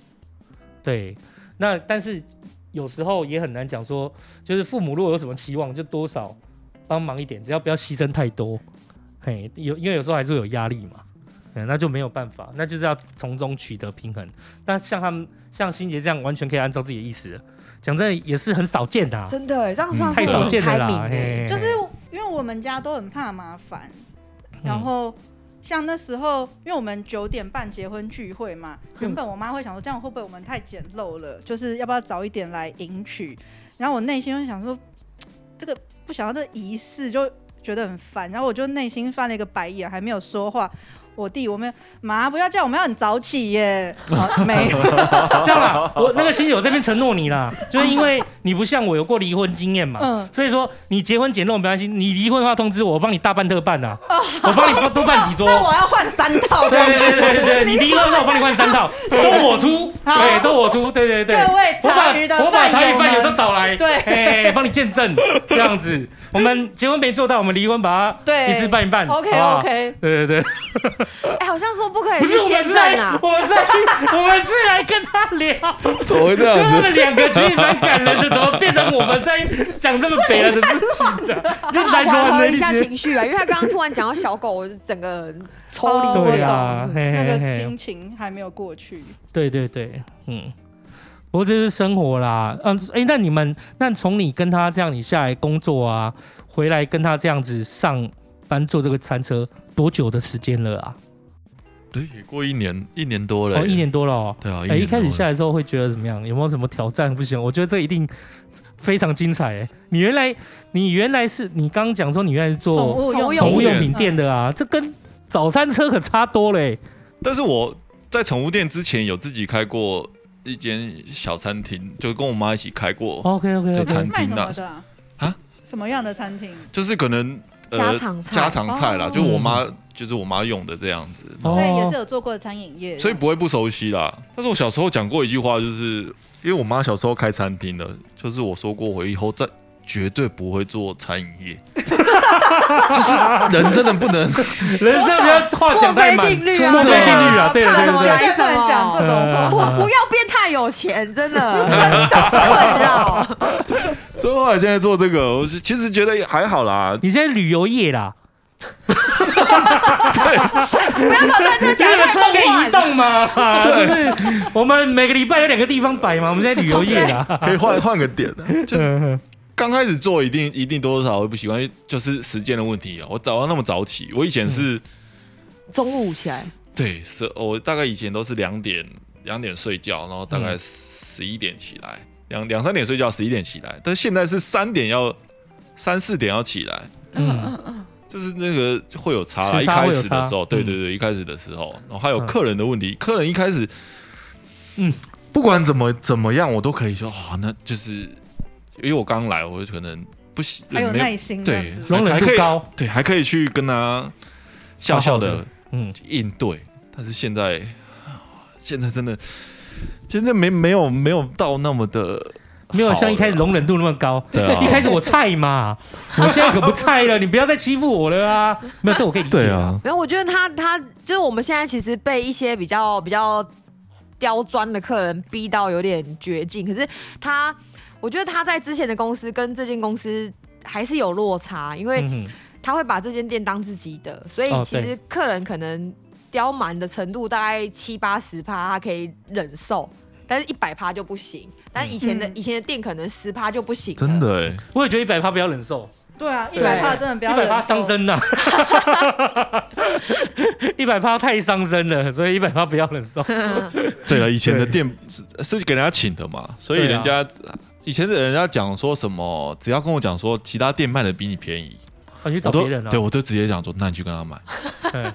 对，那但是有时候也很难讲说，就是父母如果有什么期望，就多少帮忙一点，只要不要牺牲太多。嘿，有因为有时候还是会有压力嘛，嗯，那就没有办法，那就是要从中取得平衡。那像他们像欣杰这样，完全可以按照自己的意思了，讲真的也是很少见的、啊，真的这样算太父母少很见开了明啦。欸嘿就是因为我们家都很怕麻烦，嗯然后像那时候，因为我们九点半结婚聚会嘛，原本我妈会想说，这样会不会我们太简陋了？就是要不要早一点来迎娶？然后我内心就想说，这个不想要这个仪式，就觉得很烦。然后我就内心翻了一个白眼，还没有说话。我弟，我们妈不要这样，我们要很早起 耶。好没有，这样啦，我那个亲戚我这边承诺你啦，就是因为你不像我有过离婚经验嘛，嗯所以说你结婚简陋没关系，你离婚的话通知我，我帮你大办特 办呐、啊我帮你多办几桌。哦那我要换三套这对样子。对对对对，你离婚的话我帮你换三 套，都我出，好对，都我出，对对对。各位我把茶余的我把茶饭余友饭友们都找来，对哎，帮你见证这样子。我们结婚没做到，我们离婚把它对一次办一办。 OK，好不好 OK 对对对。哎、好像说不可以不是去我见们证是来，啊。我们是来，我们是来跟他聊，怎么会这样子就他们两个其实蛮感人的，怎么变成我们在讲这么北人的事情的？就好来调我和们一下那情些。绪啊，因为他刚刚突然讲到小狗，我就整个人抽离。哦我对啊懂嘿嘿那个嘿心情还没有过去。对对对，嗯。不过这是生活啦，嗯，哎，那你们，那从你跟他这样，你下来工作啊，回来跟他这样子上班做这个餐车，多久的时间了啊？对，也过一年一年多了、哦，一年多了哦。对啊，哎，年一开始多了下来之后会觉得怎么样？有没有什么挑战？不行，我觉得这一定非常精彩哎！你原来你原来是你刚刚讲说你原来是做物宠物宠物用用品品店的啊，这跟早餐车可差多嘞。但是我在宠物店之前有自己开过一间小餐厅，就跟我妈一起开过。 OK，OK，OK 就餐卖什么厅啦，的啊？啊什么样的餐厅？就是可能呃家常菜家常菜啦，哦就是我妈嗯就是我妈用的这样子。哦所以也是有做过餐饮业。所以不会不熟悉啦。但是我小时候讲过一句话，就是因为我妈小时候开餐厅的，就是我说过我以后再绝对不会做餐饮业， 就是人真的不能， 人生不要话讲太满，墨菲定律啊，对了对了对了，呃我不要变太有钱，真的，真的困扰。所以后来现在做这个，我是其实觉得还好啦。你现在旅游业啦，不要把战争这讲个得车太可以移梦动幻。嘛，对就是我们每个礼拜有两个地方摆嘛，我们现在旅游业啦， 可以换换个点的，就是嗯刚开始做一定一定多多少少会不习惯，因为就是时间的问题啊。我早上那么早起，我以前是、中午起来，对是，我大概以前都是两点两点睡觉，然后大概十一点起来，两两三点睡觉，十一点起来。但是现在是三点要三四点要起来，嗯，就是那个会有差啦，时一差开会有始的时候，差对对对，一开始的时候，然后还有嗯客人的问题，客人一开始，嗯，不管怎么怎么样，我都可以说啊，那就是因为我刚来，我就可能不行，还有没耐心这样对子，容忍还度可以高，对，还可以去跟他笑笑好好的地，嗯，应对。但是现在，现在真的，现在没没有没有到那么的。没有像一开始容忍度那么高对啊， 一开始我菜嘛，我现在可不菜了，你不要再欺负我了啊！没有，这我可以理解啊，没有，我觉得他他就是我们现在其实被一些比较比较刁钻的客人逼到有点绝境，可是他，我觉得他在之前的公司跟这间公司还是有落差，因啊为嗯哼他会把这间店当自己的，所以哦其实对客人可能刁蛮的程度大概七八十趴，他可以忍受。但是，一百趴就不行。但以前的、以前的店可能十趴就不行了。真的哎、我也觉得一百趴不要忍受，对啊，一对百趴真的不要一百趴忍伤受。身呐， 一百趴太伤身了，所以一百趴不要忍 受。对了，以前的店是是给人家请的嘛，所以对啊人家、以前的人家讲说什么，只要跟我讲说其他店卖的比你便宜，我去我找都别人了，啊对我都直接讲说，那你去 跟他买。对，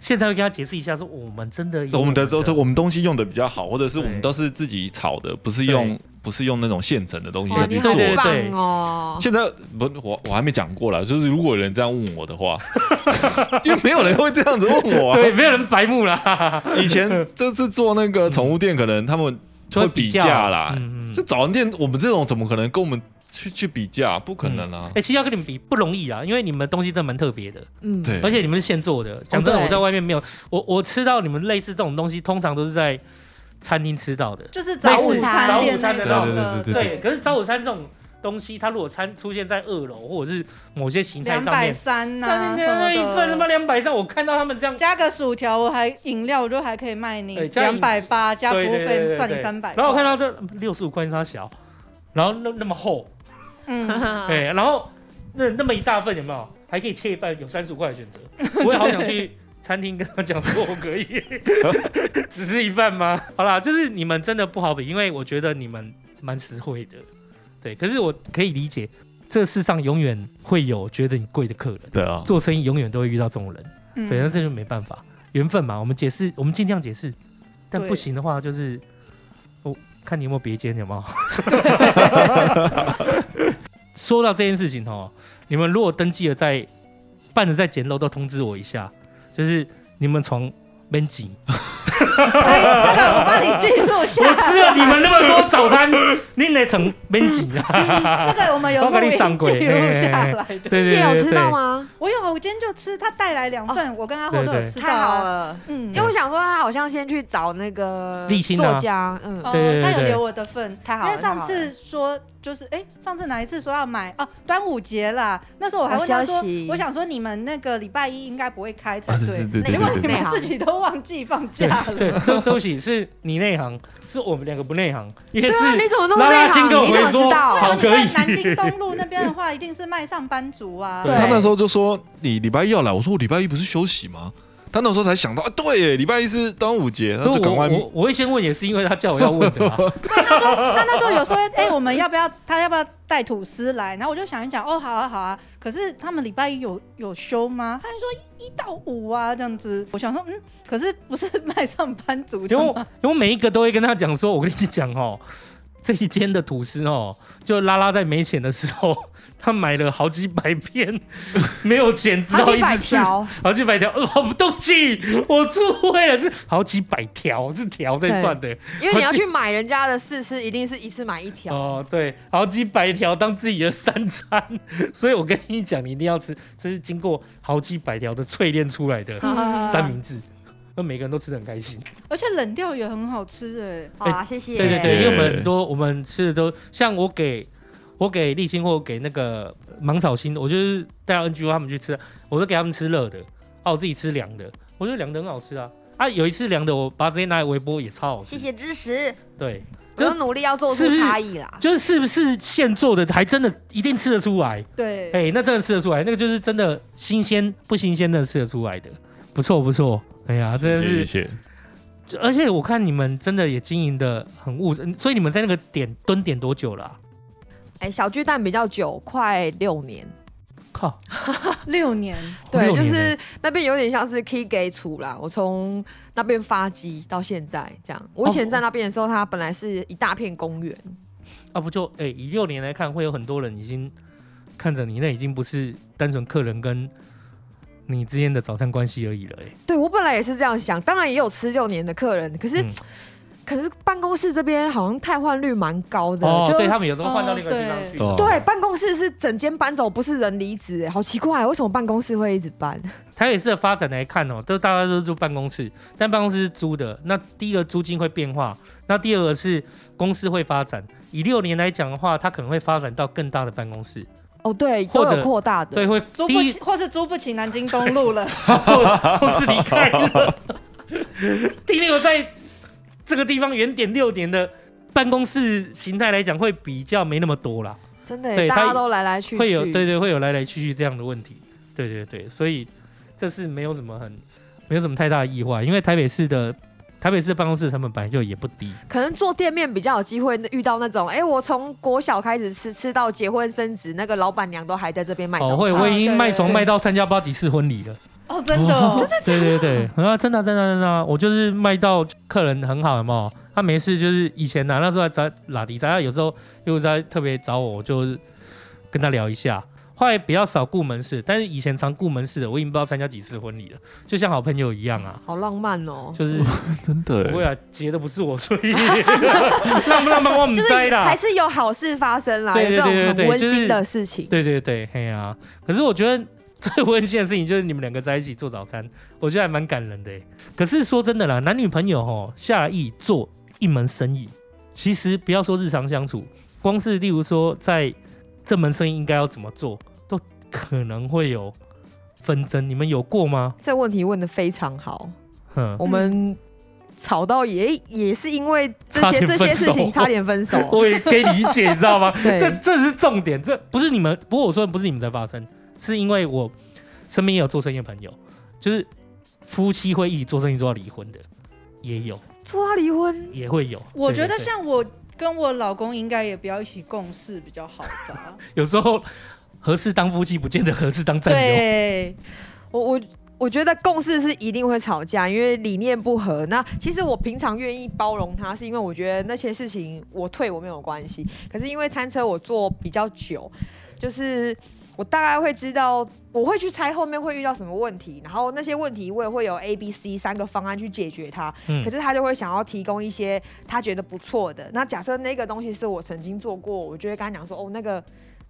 现在会跟他解释一下，说我们真的有我们的都都都我们东西用的比较好，或者是我们都是自己炒的，不是用不是用那种现成的东西哇，去你做好的。棒哦！现在不，我我还没讲过啦，就是如果有人这样问我 的话，因为没有人会这样子问我、啊。对，没有人白目啦。以前就是做那个宠物店，可能他们 就会会比比较价啦。嗯嗯就早餐店，我们这种怎么可能跟我们去去比价？不可能啊！哎、其实要跟你们比不容易啊，因为你们东西真的蛮特别的，嗯 对而且你们是现做哦的。讲真的，对我在外面没有，我我吃到你们类似这种东西，通常都是在餐厅吃到的，就是早午餐早午店餐的那那种。种的对对对可是早午餐这种东西，它如果餐出现在二楼或者是某些形态两上百面，三那呐，什那么一份他的妈两百上，我看到他们这样。加个薯条，我还饮料，我就还可以卖你对加饮两百八，加服对务对对对费对赚你对三百。然后我看到这六十五块钱它小，然后那那么厚，嗯，对，然后那那么一大份有没有？还可以切一半，有三十块的 选择。我也好想去餐厅跟他讲说，我可以只吃一半吗？好啦，就是你们真的不好比，因为我觉得你们蛮实惠的，对。可是我可以理解，这世上永远会有觉得你贵的客人，对啊，做生意永远都会遇到这种人，嗯所以那这就没办法，缘分嘛。我们解释，我们尽量解释，但对不行的话就是，我看你有没有别间，有没 有？说到这件事情哦，你们如果登记了在办的在简陋，都通知我一下，就是你们从边挤。哎，这个我帮你记录下我来。吃啊了你们那么多早餐，你哪从边挤啊？这个我们有我录跟音你上过记录下来嘿嘿嘿的。对对对对吗？我有，我今天就吃，他带来两份，我跟阿火都有吃到。啊哦太好，了，嗯因为我想说他好像先去找那个立新啊作家，嗯，哦，对对他对有对留我的份，太好了因为上次说就是，哎，上次哪一次说要买哦，端午节啦，那时候我还问他好说哦消息，我想说你们那个礼拜一应该不会开才哦啊对对对对结果对你对们对自己都忘记放假对对，了。对对不起，是你内行，是我们两个不内行，因为对是啊你怎么那么拉拉内行先跟我你怎么回知说道好哦你可在以，南京东路那边的话，一定是卖上班族啊。他那时候就说你礼拜一要来，我说我礼拜一不是休息吗？他那时候才想到啊，对耶，礼拜一是端午节，他就赶快我我我会先问，也是因为他叫我要问的、啊。他那时候有说，哎、我们要不要他要不要带吐司来？然后我就想一想，哦，好啊好啊。可是他们礼拜一有有休吗？他就说一到五啊这样子。我想说，嗯，可是不是卖上班族 因的 为我吗？因为我每一个都会跟他讲说，我跟你讲哦， 这一间的吐司哦，就拉拉在没钱的时候， 他买了好几百片， 没有钱只好好几一百直吃条，好几百条，呃，好东西，我误会了，是好几百条，是条在算的，因为你要好几去买人家的试吃，一定是一次买一条。哦，对，好几百条当自己的三餐， 所以我跟你讲，你一定要吃，这是经过好几百条的淬炼出来的嗯三明治，那每个人都吃的很开心。而且冷掉也很好吃哎、好啊，谢谢。对对对，因为我们很对多我们吃的都像我给我给立新或给那个芒草心，我就是带 NGO 他们去吃，啊我都给他们吃热的，啊，我自己吃凉的，我觉得凉的很好吃啊。啊，有一次凉的，我把这些拿来微波也超好吃。谢谢支持，对，我就有努力要做是出不是差异啦。就是是不是现做的，还真的一定吃得出来。对，哎、那真的吃得出来，那个就是真的新鲜不新鲜的吃得出来的，不错不错。哎呀，真的谢是，谢。而且我看你们真的也经营的很务实，所以你们在那个点蹲点多久了啊、哎，小巨蛋比较久，快六年。靠，六年，对，六就年是欸那边有点像是 K Gay 处啦。我从那边发迹到现在这样。我以前在那边的时候，它本来是一大片公园，啊，不就哎、以六年来看，会有很多人已经看着你，那已经不是单纯客人跟你之间的早餐关系而已了、哎，对我本来也是这样想，当然也有吃六年的客人，可是、嗯可是办公室这边好像汰换率蛮高的，哦，就对他们有时候换到另外一个地方去，哦对办公室是整间搬走，不是人离职、哎好奇怪，为什么办公室会一直搬？台北市的发展来看哦，都大家都住办公室，但办公室是租的。那第一个租金会变化，那第二个是公司会发展。以六年来讲的话，它可能会发展到更大的办公室，哦，对，或都者有扩大的，对，会租第不一起，或是租不起南京东路 了。公司离开了，停留在这个地方原点六年的办公室形态来讲，会比较没那么多啦，真的、对大它家都来来去去，会有对对会有来来去去这样的问题，对对对，所以这是没有什么很没有什么太大的意外，因为台北市的台北市的办公室成本本来就也不低，可能做店面比较有机会遇到那种，哎、我从国小开始吃，吃到结婚生子，那个老板娘都还在这边卖哦，早餐。会我已经对卖床对卖到参加不知道几次婚礼了，哦，真的、哦， 对对对，啊，真的真的真的啊，我就是卖到客人很好，有没有？他没事，就是以前呐、那时候在拉迪，大家有时候又在特别找我，我就是跟他聊一下。后来比较少顾门市，但是以前常顾门市的，我已经不知道参加几次婚礼了，就像好朋友一样啊，好浪漫哦、就是真的不会耶，啊，结的不是我，所以浪不浪漫我们就是栽啦还。是有好事发生啦，对有对这对种对很对温就是馨的事情。对对对，嘿呀、啊！可是我觉得 最温馨的事情就是你们两个在一起做早餐，我觉得还蛮感人的耶。可是说真的啦，男女朋友哦下意做一门生意，其实不要说日常相处，光是例如说在这门生意应该要怎么做，都可能会有纷争。你们有过吗？这问题问的非常好，哼，我们吵到也也是因为这差些点这分些事情手差点分手。 我也可以理解，你知道吗？ 对这这是重点，这不是你们，不过我说的不是你们在发生，是因为我身边也有做生意的朋友，就是夫妻会一起做生意做到离婚的，也有，做到离婚，也会有。我觉对得对对像我跟我老公应该也不要一起共事比较好吧。有时候合适当夫妻，不见得合适当 战友。对，我我我觉得共识是一定会吵架，因为理念不合。那其实我平常愿意包容他，是因为我觉得那些事情我退我没有关系。可是因为餐车我做比较久，就是我大概会知道。我会去猜后面会遇到什么问题，然后那些问题我也会有 A、B、C 三个方案去解决它。嗯可是他就会想要提供一些他觉得不错的。那假设那个东西是我曾经做过，我就会跟他讲说，哦，那个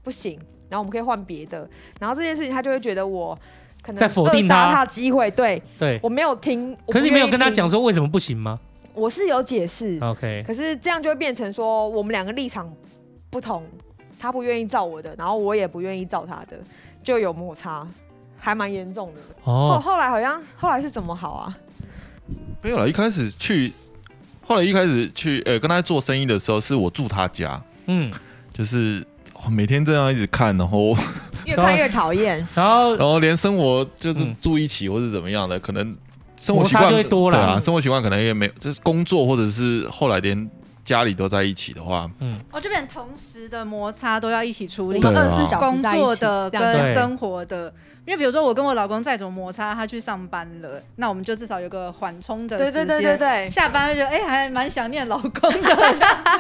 不行，然后我们可以换别的。然后这件事情他就会觉得我可能在否定扼杀他他的机会，对对，我没有听，我可是不你没有愿意跟他听讲，说哦为什么不行吗我是有解释， ？OK，可是这样就会变成说我们两个立场不同，他不愿意照我的，然后我也不愿意照他的，就有摩擦，还蛮严重的。后哦，后来好像后来是怎么好啊？没有了。一开始去，后来一开始去，呃，跟他做生意的时候，是我住他家，嗯，就是哦每天这样一直看，然后越看越讨厌。然后 然后连生活就是嗯住一起或是怎么样的，可能生活习摩惯擦就会多啦对啊，生活习惯可能也没有，就是工作或者是后来连家里都在一起的话，嗯，我哦这边同时的摩擦都要一起处理，我们对啊24小工时在一起作的这样子跟生活的，因为比如说我跟我老公再怎么摩擦，他去上班了，那我们就至少有个缓冲的时对间。对对对对下班就觉得哎、还蛮想念老公的，对啊啦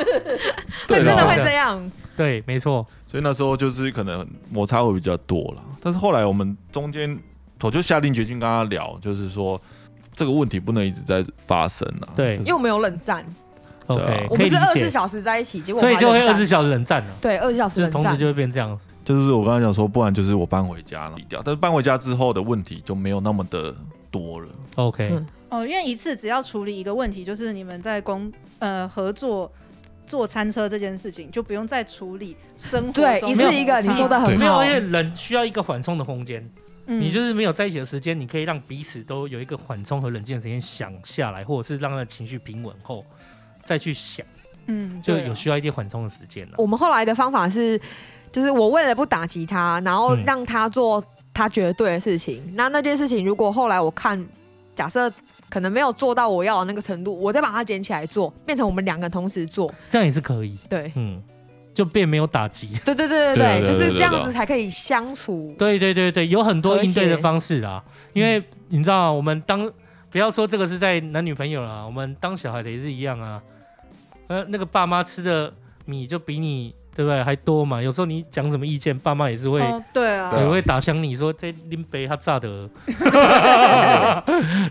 真的会这样。对，啊没错。所以那时候就是可能摩擦会比较多了，但是后来我们中间我就下定决心跟他聊，就是说这个问题不能一直在发生啊。对因为我们有冷战， ，OK，我可以们是理二十解四。小时在一起，结果我所以们就还会冷二战十小时冷战了，对二十小时就是冷同时战就。会变这样。就是我刚才讲说，不然就是我搬回家了，但是搬回家之后的问题就没有那么的多了。 OK，、嗯哦， 因为一次只要处理一个问题，就是你们在工呃合作坐餐车这件事情，就不用再处理生活对中一的次摩一个你擦说得很没有，好而且人需要一个缓冲的空间。嗯你就是没有在一起的时间，你可以让彼此都有一个缓冲和冷静的时间想下来，或者是让他的情绪平稳后再去想，嗯就对哦有需要一点缓冲的时间了。我们后来的方法是，就是我为了不打击他，然后嗯让他做他觉得对的事情。那那件事情如果后来我看，假设可能没有做到我要的那个程度，我再把它捡起来做，变成我们两个同时做。这样也是可以。对，嗯，就变没有打击。 对对对对对对对，就对是对这样对子才可以相处。对对对对，有很多应对的和谐方式啦。因为你知道，我们当不要说这个是在男女朋友啦，我们当小孩的也是一样啊。呃，那个爸妈吃的米就比你对不对还多嘛？有时候你讲什么意见，爸妈也是会、哦对啊也会打枪你说这林北他炸 的，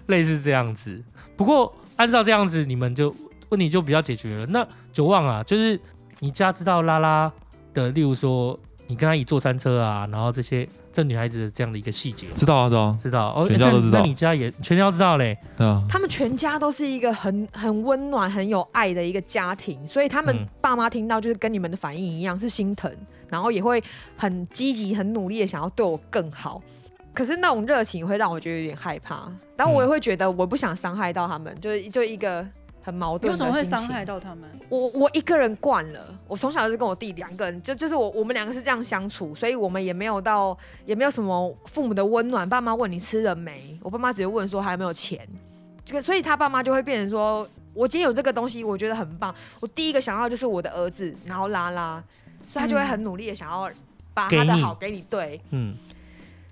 类似这样子。不过按照这样子，你们就问题就比较解决了。那九旺啊，就是你家知道拉拉的，例如说你跟她一坐餐车啊，然后这些这女孩子的这样的一个细节，知道啊，知道啊，知道哦，全家都那知道那你家也全家都知道嘞，对啊，他们全家都是一个很很温暖、很有爱的一个家庭，所以他们嗯爸妈听到就是跟你们的反应一样，是心疼，然后也会很积极、很努力的想要对我更好。可是那种热情会让我觉得有点害怕，但我也会觉得我不想伤害到他们，就是就一个很矛你盾为的什心么会伤情。害到他们？我我一个人惯了，我从小就是跟我弟两个人，就就是我我们两个是这样相处，所以我们也没有到也没有什么父母的温暖，爸妈问你吃了没，我爸妈只会问说还有没有钱，这个所以他爸妈就会变成说，我今天有这个东西，我觉得很棒，我第一个想要就是我的儿子，然后拉拉，所以他就会很努力的想要把他的好给你对，嗯，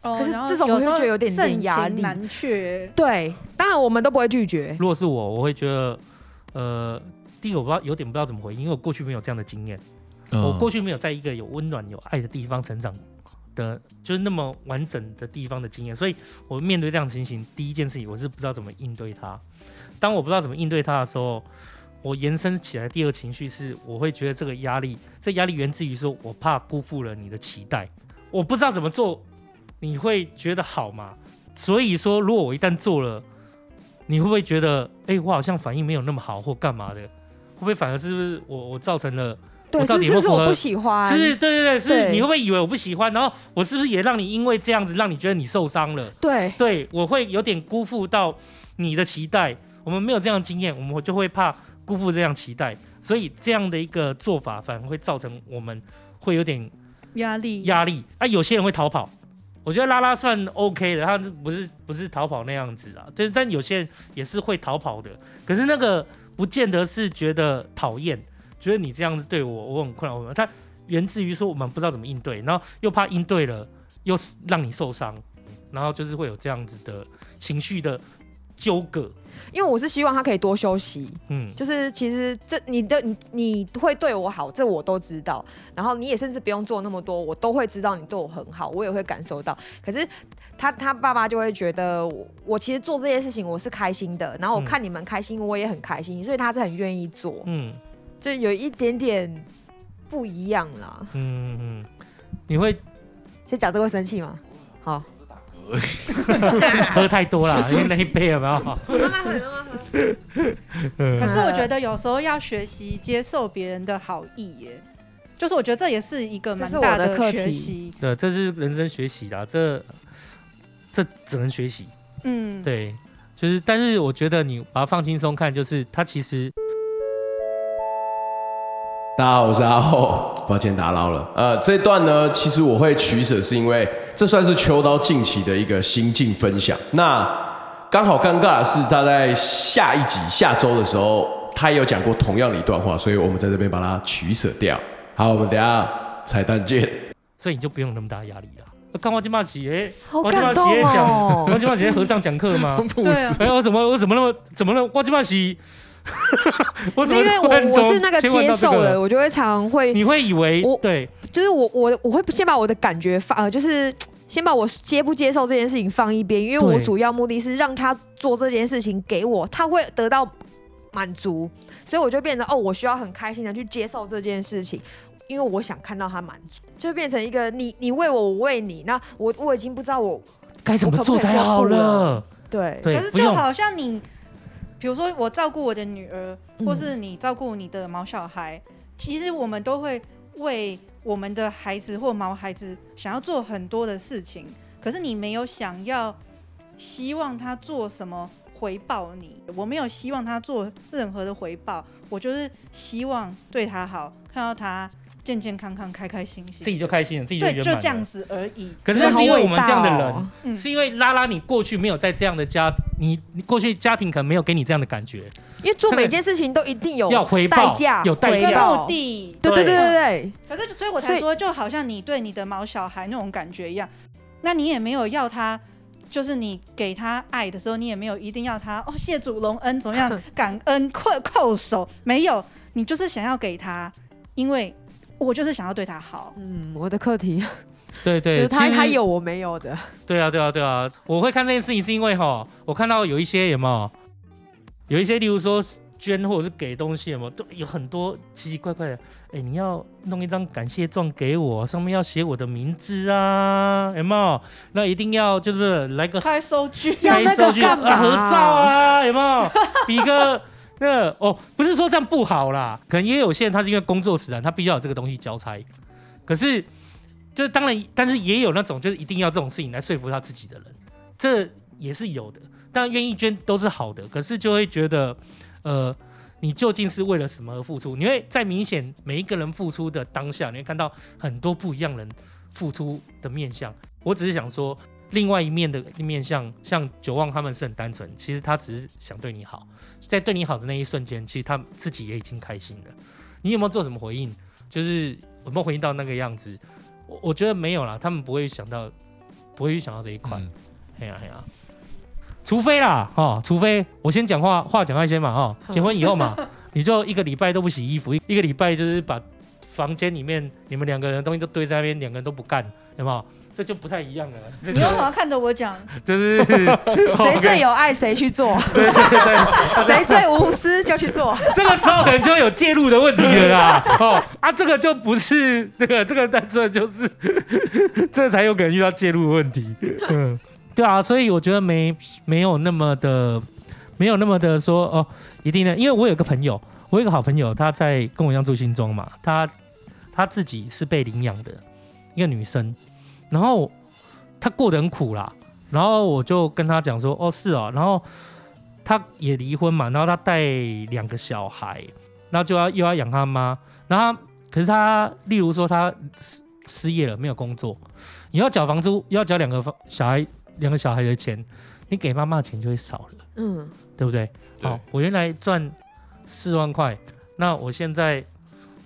哦可是然后这种我时就候觉得有点盛点压情力难却。对，当然我们都不会拒绝，如果是我，我会觉得，呃，第一个我不知道有点不知道怎么回应，因为我过去没有这样的经验，嗯我过去没有在一个有温暖、有爱的地方成长的，就是那么完整的地方的经验，所以我面对这样的情形，第一件事情我是不知道怎么应对它。当我不知道怎么应对它的时候，我延伸起来的第二个情绪是，我会觉得这个压力，这压力源自于说我怕辜负了你的期待，我不知道怎么做，你会觉得好吗？所以说，如果我一旦做了，你会不会觉得，哎、我好像反应没有那么好，或干嘛的？会不会反而是不是我我造成了？对，我是到不底是有是没有不是我符合不喜欢，是，对对对，是对你会不会以为我不喜欢？然后我是不是也让你因为这样子，让你觉得你受伤了？对对，我会有点辜负到你的期待。我们没有这样的经验，我们就会怕辜负这样期待，所以这样的一个做法反而会造成我们会有点压力，压力啊。有些人会逃跑，我觉得拉拉算 OK 的，他不是不是逃跑那样子啊，就是但有些人也是会逃跑的，可是那个不见得是觉得讨厌，觉得你这样子对我，我很困扰，我他源自于说我们不知道怎么应对，然后又怕应对了又让你受伤，然后就是会有这样子的情绪的纠葛，因为我是希望他可以多休息，嗯，就是其实这你的你你会对我好，这我都知道。然后你也甚至不用做那么多，我都会知道你对我很好，我也会感受到。可是他他爸爸就会觉得我我其实做这些事情我是开心的，然后我嗯看你们开心，我也很开心，所以他是很愿意做，嗯就有一点点不一样啦。嗯嗯嗯，你会先讲这个会生气吗？好，喝太多啦，因为那一杯有没有？可是嗯我 觉得有时候要学习接受别人的好意耶，就是我觉得这也是一个蛮这是我大的课题学习。对，这是人生学习啦，这这只能学习。嗯，对，就是，但是我觉得你把它放轻松看，就是它其实大家好，我是阿厚，抱歉打扰了。呃，这段呢，其实我会取舍，是因为这算是秋刀近期的一个心境分享。那刚好尴尬的是，他在下一集下周的时候，他也有讲过同样的一段话，所以我们在这边把它取舍掉。好，我们等一下彩蛋见。所以你就不用有那么大压力呃了。那干嘛金马企业？好我金马感企动业讲，哦我金马企业和尚讲课吗？不对啊哎，我怎么我怎么那么怎么了？我金马 企，我怎么因为突然我走我是那个切换接到这受个的，了我就会常会你会以为对，就是我我我会先把我的感觉放，呃，就是先把我接不接受这件事情放一边，因为我对主要目的是让他做这件事情给我，他会得到满足，所以我就变成哦，我需要很开心的去接受这件事情。因为我想看到他满足，就变成一个你你为我，我为你。那我我已经不知道我该怎么做才好我可不可以说不了？对对可是不就用好像你，比如说我照顾我的女儿，嗯或是你照顾你的毛小孩，其实我们都会为我们的孩子或毛孩子想要做很多的事情，可是你没有想要希望他做什么回报你，我没有希望他做任何的回报，我就是希望对他好，看到他健健康康、开开心心，自己就开心了，自己就对，圆就满这样了子而已。可是那是因为我们这样的人，嗯是因为拉拉你过去没有在这样的家，你你过去家庭可能没有给你这样的感觉，因为做每件事情都一定有要回报代价，有代价回报目的对对对对对对。可是就，所以我才说，就好像你对你的毛小孩那种感觉一样，那你也没有要他，就是你给他爱的时候，你也没有一定要他哦，谢主隆恩怎么 样，感恩叩叩首，没有，你就是想要给他，因为我就是想要对他好。嗯，我的课题对就对，是他其实他有我没有的。对啊，对啊，对啊，我会看这件事情是因为哈，我看到有一些有没有，有一些例如说捐或者是给东西有没有，都有很多奇奇怪怪的。哎，你要弄一张感谢状给我，上面要写我的名字啊，有没有？那一定要就是来个开收据，要那个干嘛啊合照啊，有没有？ 比个。那个哦，不是说这样不好啦，可能也有些人他是因为工作使然，他必须要有这个东西交差。可是，就是当然，但是也有那种就是一定要这种事情来说服他自己的人，这也是有的。但愿意捐都是好的，可是就会觉得，呃，你究竟是为了什么而付出？你会在明显每一个人付出的当下，你会看到很多不一样人付出的面相。我只是想说，另外一面的面相，像九望他们是很单纯，其实他只是想对你好，在对你好的那一瞬间，其实他自己也已经开心了。你有没有做什么回应？就是有没有回应到那个样子？我我觉得没有啦，他们不会想到，不会去想到这一块。哎呀哎呀，除非啦，哦，除非我先讲话，话讲快先嘛，哦，好结婚以后嘛，你就一个礼拜都不洗衣服，一一个礼拜就是把房间里面你们两个人的东西都堆在那边，两个人都不干，有没有？这就不太一样了。这你就为什么要看着我讲？就是谁谁最有爱谁去做，哦对对对， 谁最无私就去做。 这个时候可能就有介入的问题了啦。哦啊，这个就不是这个这个单纯就是 这才有可能遇到介入的问题。嗯，对啊，所以我觉得没没有那么的没有那么的说哦，一定的，因为我有个朋友，我有一个好朋友，她在跟我一样住新庄嘛，她她自己是被领养的一个女生，然后她过得很苦啦，然后我就跟她讲说，哦是哦，然后她也离婚嘛，然后她带两个小孩，然后就要又要养她妈，然后她可是她例如说她失失业了，没有工作，你要缴房租，又要缴两个房小孩两个小孩的钱，你给妈妈的钱就会少了。嗯，对不对？好、我原来赚四万块，那我现在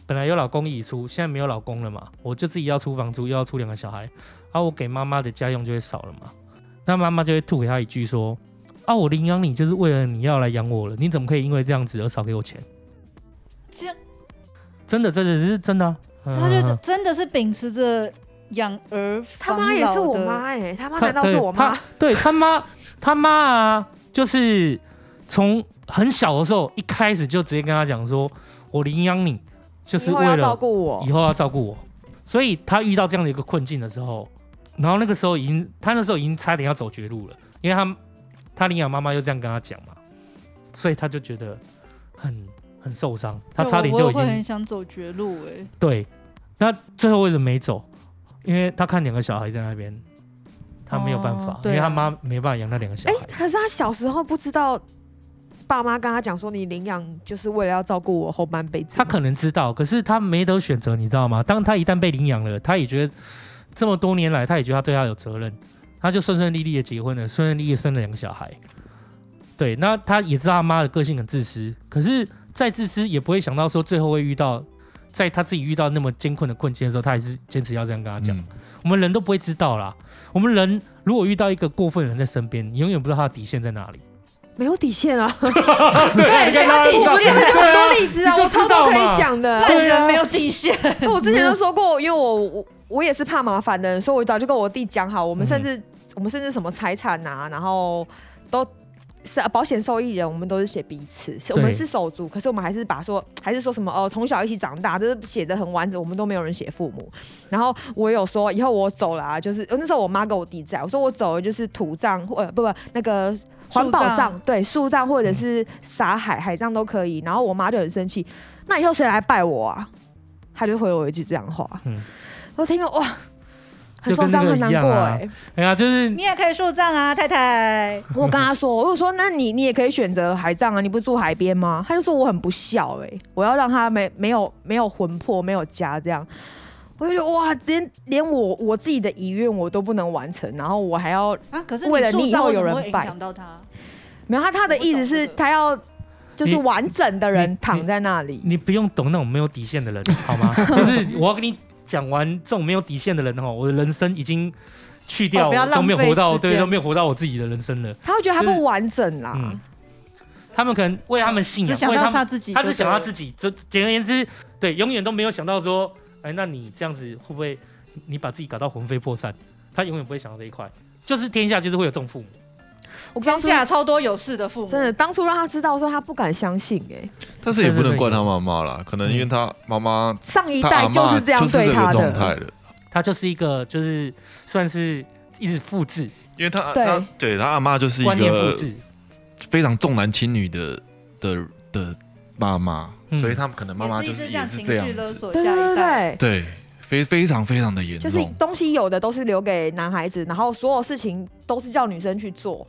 本来有老公已出，现在没有老公了嘛，我就自己要出房租，又要出两个小孩，啊，我给妈妈的家用就会少了嘛，那妈妈就会吐给他一句说，啊，我领养你就是为了你要来养我了，你怎么可以因为这样子而少给我钱？这样真的，这只是真的、啊，嗯他就嗯真的是秉持着养儿 他妈也是我妈欸哎、他他对他？对他妈，他妈啊，就是从很小的时候一开始就直接跟他讲说，我领养你，就是以后为要了照顾我以后要照顾我。所以他遇到这样的一个困境的时候，然后那个时候已经，他那时候已经差点要走绝路了，因为他他领养妈妈又这样跟他讲嘛，所以他就觉得很很受伤，他差点就我已会经很想走绝路哎、对，那最后为什么没走？因为他看两个小孩在那边，他没有办法，哦因对啊为他妈没办法养那两个小孩。可是他小时候不知道，爸妈跟他讲说你领养就是为了要照顾我后半辈子。他可能知道，可是他没得选择，你知道吗？当他一旦被领养了，他也觉得这么多年来，他也觉得他对他有责任，他就顺顺利利的结婚了，顺顺利利地生了两个小孩。对，那他也知道他妈的个性很自私，可是再自私也不会想到说最后会遇到，在他自己遇到那么艰困的困境的时候，他还是坚持要这样跟他讲。我们人都不会知道啦，我们人如果遇到一个过分的人在身边，你永远不知道他的底线在哪里。没有底线啊！ 对没有底线，我这边有很多例子啊，对啊我超多可以讲的。你就知道嘛烂人对啊没有底线。那 我之前都说过，因为我我我也是怕麻烦的人，所以我早就跟我弟讲好，我们甚嗯至、我们甚至什么财产啊，然后都。是啊保险受益人，我们都是写彼此，是我们对是手足，可是我们还是把说，还是说什么哦，从小一起长大，就是写的很完整，我们都没有人写父母。然后我有说，以后我走了啊，就是呃那时候我妈跟我弟在，我说我走了就是土葬，或呃不不那个环保树葬葬，嗯对，树葬或者是撒海海葬都可以。然后我妈就很生气，那以后谁来拜我啊？她就回我一句这样的话，嗯，我听了哇，很就受跟那伤，个很难一样过哎、啊。哎呀，就是你也可以树葬啊，太太。我跟他说，我就说，那你你也可以选择海葬啊，你不是住海边吗？他就说我很不孝哎、我要让他没没有没有魂魄，没有家这样。我就觉得哇，连连我我自己的遗愿我都不能完成，然后我还要啊，可是为了你以后有树葬为什么会人影拜响，到他，没有他他的意思是他要就是你完整的人躺在那里。你不用懂那种没有底线的 人，好吗？就是我要跟你讲完这种没有底线的人哦，我的人生已经去掉，哦不要我都没有浪费活到，时间对，都没有活到我自己的人生了。他会觉得他就是不完整啦，嗯他们可能为他们信仰，只想到为他他自己们他只就想对到了自己。这简而言之，对，永远都没有想到说，哎，那你这样子会不会你把自己搞到魂飞魄散？他永远不会想到这一块。就是天下就是会有这种父母，我天下超多有事的父母，真的当初让他知道说他不敢相信哎、但是也不能怪他妈妈啦，可能因为他妈妈上嗯一代就是这样对他阿他嬷就是这个的状态了，他就是一个就是算是一直复制，因为他对他对他阿妈就是一观念复个制非常重男轻女的的的妈妈，嗯嗯所以他们可能妈妈就是也是这样勒子，索对下对一代。对。对，非非常非常的严就是重。东西有的都是留给男孩子，然后所有事情都是叫女生去做。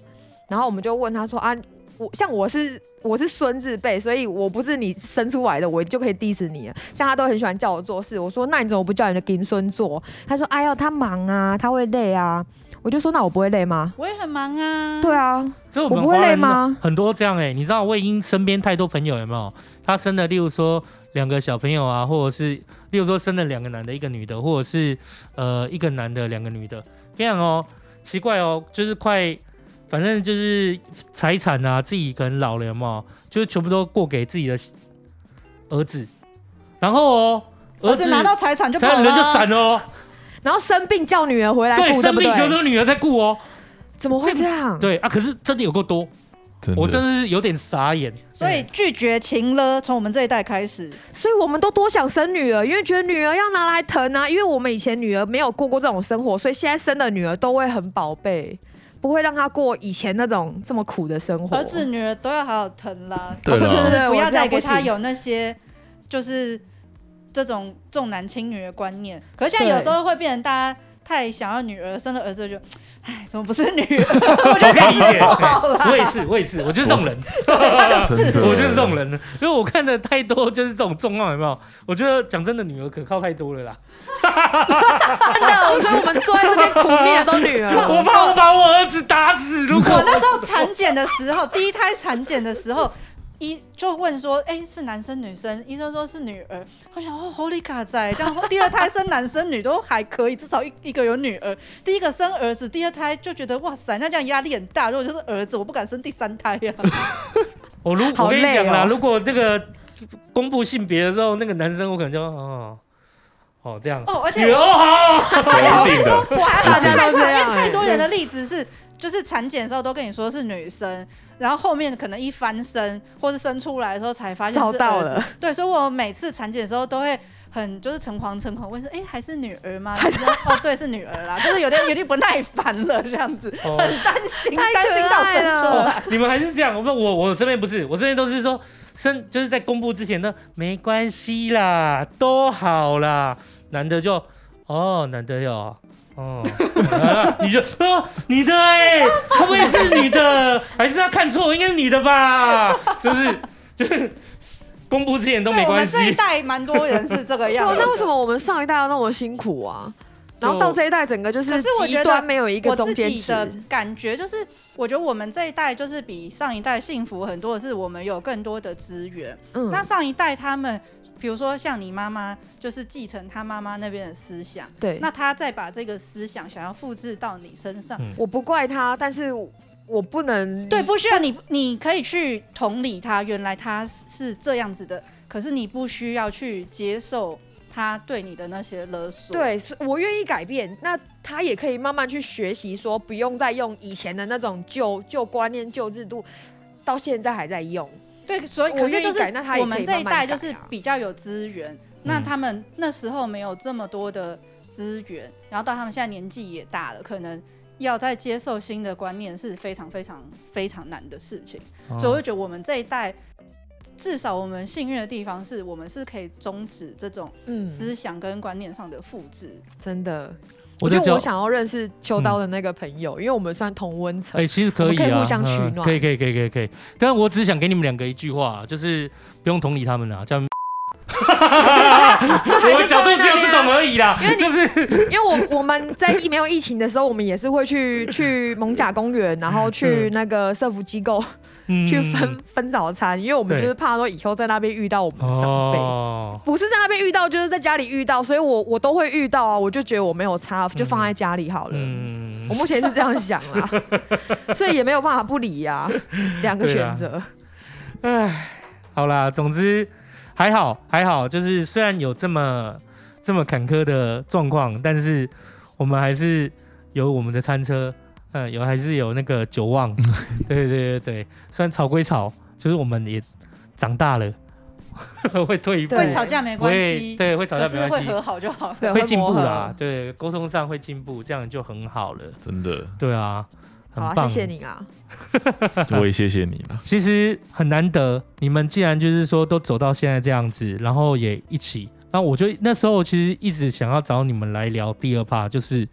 然后我们就问他说啊，我像我是我是孙子辈，所以我不是你生出来的，我就可以 diss 你了。像他都很喜欢叫我做事，我说那你怎么不叫你的金孙做？他说哎呀，他忙啊，他会累啊。我就说那我不会累吗？我也很忙啊。对啊，所以我我们不会华人累吗？很多这样哎、你知道我已经身边太多朋友有没有？他生了，例如说两个小朋友啊，或者是例如说生了两个男的，一个女的，或者是呃一个男的，两个女的，这样哦，奇怪哦，就是快，反正就是财产啊，自己可能老了有没有？就是全部都过给自己的儿子，然后哦，儿儿子子拿到财产就跑人就了啊闪了哦，然后生病叫女儿回来顾，对，对生不对病？全都是女儿在顾哦，怎么会这样？对啊，可是真的有够多，我真的是有点傻眼。所嗯以拒绝情勒，从我们这一代开始，所以我们都多想生女儿，因为觉得女儿要拿来疼啊。因为我们以前女儿没有过过这种生活，所以现在生的女儿都会很宝贝，不会让她过以前那种这么苦的生活。儿子女儿都要好好疼啦。哦对啦就对对是对不我要知道再给不行他 有那些就是这种重男轻女的观念。可是现在有时候会变成大家太想要女儿，生了儿子就， 哎，怎么不是女儿？ 我就我可以理觉解，得好啦对我也是，我也是，我就是这种人，他就是真的我就是这种人，因为我看的太多就是这种状况，有没有？我觉得讲真的，女儿可靠太多了啦。真的，所以我们坐在这边苦面的都女儿。哦我怕我把我儿子打死，如果 我那时候产检的时候，第一胎产检的时候，医就问说，哎、是男生女生？医生说是女儿。我想，哦，Holy God 在这样，第二胎生男生女都还可以，至少一一个有女儿。第一个生儿子，第二胎就觉得哇塞，那这样压力很大。如果就是儿子，我不敢生第三胎啊呀、我如好我跟你讲累啦，哦如果那个公布性别的时候，那个男生我可能就哦哦这样 哦，而且女儿哦好，而且我跟你说，我还哎好大家害都这样怕，因啊为哎太多人的例子是，就是产检的时候都跟你说是女生，然后后面可能一翻身或是生出来的时候才发现找是到儿子了对，所以我每次产检的时候都会。很就是诚惶诚恐，问说：“哎、还是女儿吗？”还是哦，对，是女儿啦，就是有点有点不耐烦了，这样子， 哦很担心，太可爱担心到生出了来。哦 你们还是这样，我不我我身边不是，我身边都是说生就是在公布之前呢，没关系啦，都好啦。男的就哦，男的哟，哦， 啊你就哦，女的哎、会不会是女的？还是他看错？应该是女的吧？就是就是公布之哦前都没对我关们系这一。代蛮多人是这个样哇子的。那为什么我们上一代要那么辛苦啊？然后到这一代，整个就可是是我觉极得端，没有一个中间我自己值。的感觉就是，我觉得我们这一代就是比上一代幸福很多的是，我们有更多的资源。嗯那上一代他们，比如说像你妈妈，就是继承她妈妈那边的思想，对那她再把这个思想想要复制到你身上，我不怪他，但是我不能对，不需要你，你可以去同理他，原来他是这样子的，可是你不需要去接受他对你的那些勒索。对，所以我愿意改变，那他也可以慢慢去学习，说不用再用以前的那种旧旧观念、旧制度，到现在还在用。对，所以我可是愿就意是改，那他也我可们以这一慢慢代就改是啊嗯比较有资源，那他们那时候没有这么多的资源，然后到他们现在年纪也大了，可能要再接受新的观念是非常非常非常难的事情，哦所以我就觉得我们这一代。至少我们幸运的地方是我们是可以终止这种嗯思想跟观念上的复制。真的。我我在觉得教我想要认识秋刀的那个朋友，因为我们算同温层，嗯哎、其实可以、啊，我们可以互相取嗯暖，可以，可以，可以，可以，可以。但我只想给你们两个一句话、就是不用同理他们啦， 这样。 就还我的是角放度在只那有边这啊种而已啦，就是因为我我们在疫没有疫情的时候，我们也是 会去去蒙甲公园，然后去那个社福机构、嗯去分分早餐，因为我们对就是怕说以后在那边遇到我们的长辈。哦，不是在那边遇到，就是在家里遇到，所以我我都会遇到啊，我就觉得我没有差，就放在家里好了。嗯我目前是这样想 啦，所以也没有办法不理呀、两个对选啊择。唉，好啦，总之还好还好，就是虽然有这么这么坎坷的状况，但是我们还是有我们的餐车，嗯，有还是有那个酒望， 对对对对，虽然吵归吵，就是我们也长大了， 会退一步，会吵架没关系，会对，会吵架可没是关会系，和好就好 了。啊会进步啦，对，沟通上会进步，这样就很好了，真的，对啊，很好棒，啊，谢谢你啊。我也谢谢你了。其实很难得，你们既然就是说都走到现在这样子，然后也一起，那我就那时候其实一直想要找你们来聊第二趴，就是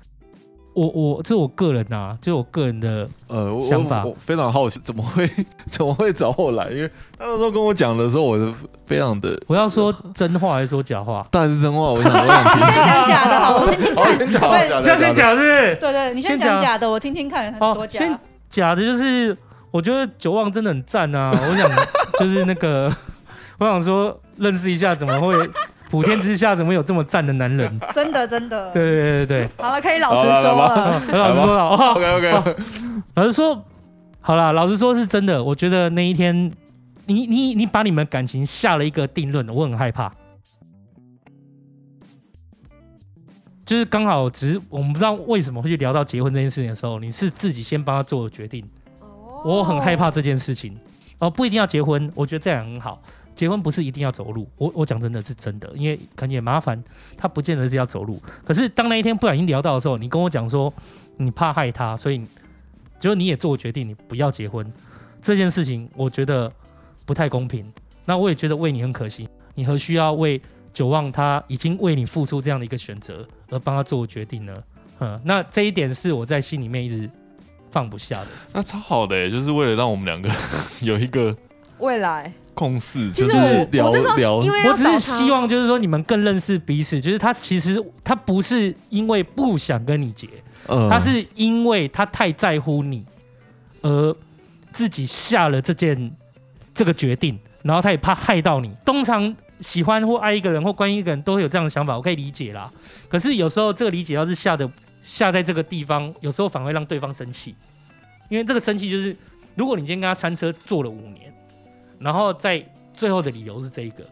我我这是我个人啊，这是我个人的 呃，我想法我我非常好奇， 怎么会怎么会找我来？因为他那时候跟我讲的时候，我是非常的，我要 说真话还是说假话？当然是真话，我想 哦我想听。先讲假的好了，我听听看，可不可以？这样先讲是不是？对对，你先先讲讲哦假的，我听听看很多假。先假的就是我觉得九望真的很赞 啊！我想就是那个，我想说认识一下，怎么会 普天之下怎么有这么赞的男人？真的真的。对哦对对对对。好了，可以老实说了。很老实说了。哦 OK OK，老实说，好啦，老实说是真的。我觉得那一天，你你你把你们感情下了一个定论，我很害怕。就是刚好，只是我们不知道为什么会去聊到结婚这件事情的时候，你是自己先帮他做的决定。哦我很害怕这件事情。哦，不一定要结婚，我觉得这样很好。结婚不是一定要走路，我我讲真的是真的，因为可能也麻烦，他不见得是要走路。可是当那一天不小心聊到的时候，你跟我讲说你怕害他，所以你就是你也做决定，你不要结婚这件事情，我觉得不太公平。那我也觉得为你很可惜，你何须要为九望他已经为你付出这样的一个选择而帮他做决定呢？嗯，那这一点是我在心里面一直放不下的。那超好的欸，就是为了让我们两个 有一个未来共识，其就实是我聊我那时候聊因为要我只是找他希望就是说你们更认识彼此，就是他其实他不是因为不想跟你结，嗯他是因为他太在乎你，而自己下了这件这个决定，然后他也怕害到你。通常喜欢或爱一个人或关心一个人都会有这样的想法，我可以理解啦。可是有时候这个理解要是下的下在这个地方，有时候反而会让对方生气，因为这个生气就是如果你今天跟他餐车做了五年，然后在最后的理由是这一个，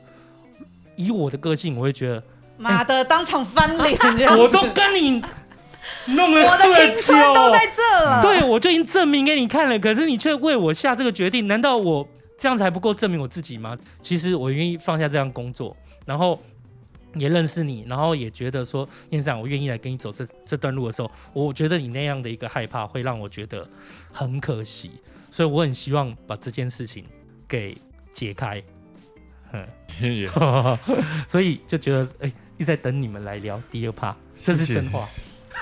以我的个性，我会觉得妈的，当场翻 脸这样子！我都跟你弄了我的这么青春都久在这了对我就已经证明给你看了，可是你却为我下这个决定，难道我这样子还不够证明我自己吗？其实我愿意放下这样工作，然后也认识你，然后也觉得说，燕长，我愿意来跟你走这这段路的时候，我觉得你那样的一个害怕会让我觉得很可惜，所以我很希望把这件事情给解开。 嗯，所以就觉得哎、一直在等你们来聊第二趴，这是谢谢真话。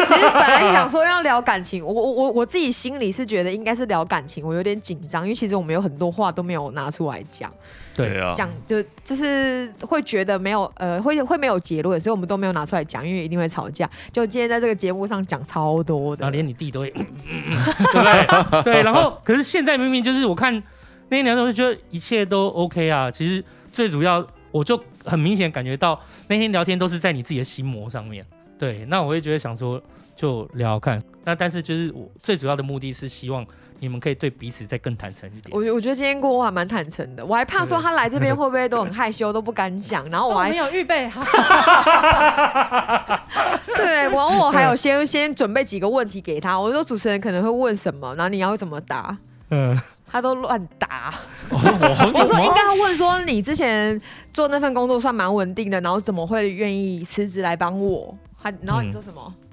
其实本来想说要聊感情，我我我我自己心里是觉得应该是聊感情，我有点紧张，因为其实我们有很多话都没有拿出来讲，对哦啊，讲就就是会觉得没有呃会会没有结论，所以我们都没有拿出来讲，因为一定会吵架。就今天在这个节目上讲超多的，哦然后连你弟 都会，嗯嗯嗯对不 对？对，然后可是现在明明就是我看那一年的时候，就觉得一切都 OK 啊。其实最主要，我就很明显感觉到那天聊天都是在你自己的心魔上面。对，那我会觉得想说就聊聊看，那但是就是我最主要的目的是希望你们可以对彼此再更坦诚一点。我我觉得今天过我还蛮坦诚的，我还怕说他来这边会不会都很害羞，都不敢讲，然后我还哦没有预备好，对，然后我 还有先先准备几个问题给他，我说主持人可能会问什么，然后你要怎么答，嗯，他都乱答。哦我说应该要问说你之前做那份工作算蛮稳定的，然后怎么会愿意辞职来帮我？还然后你说什么？嗯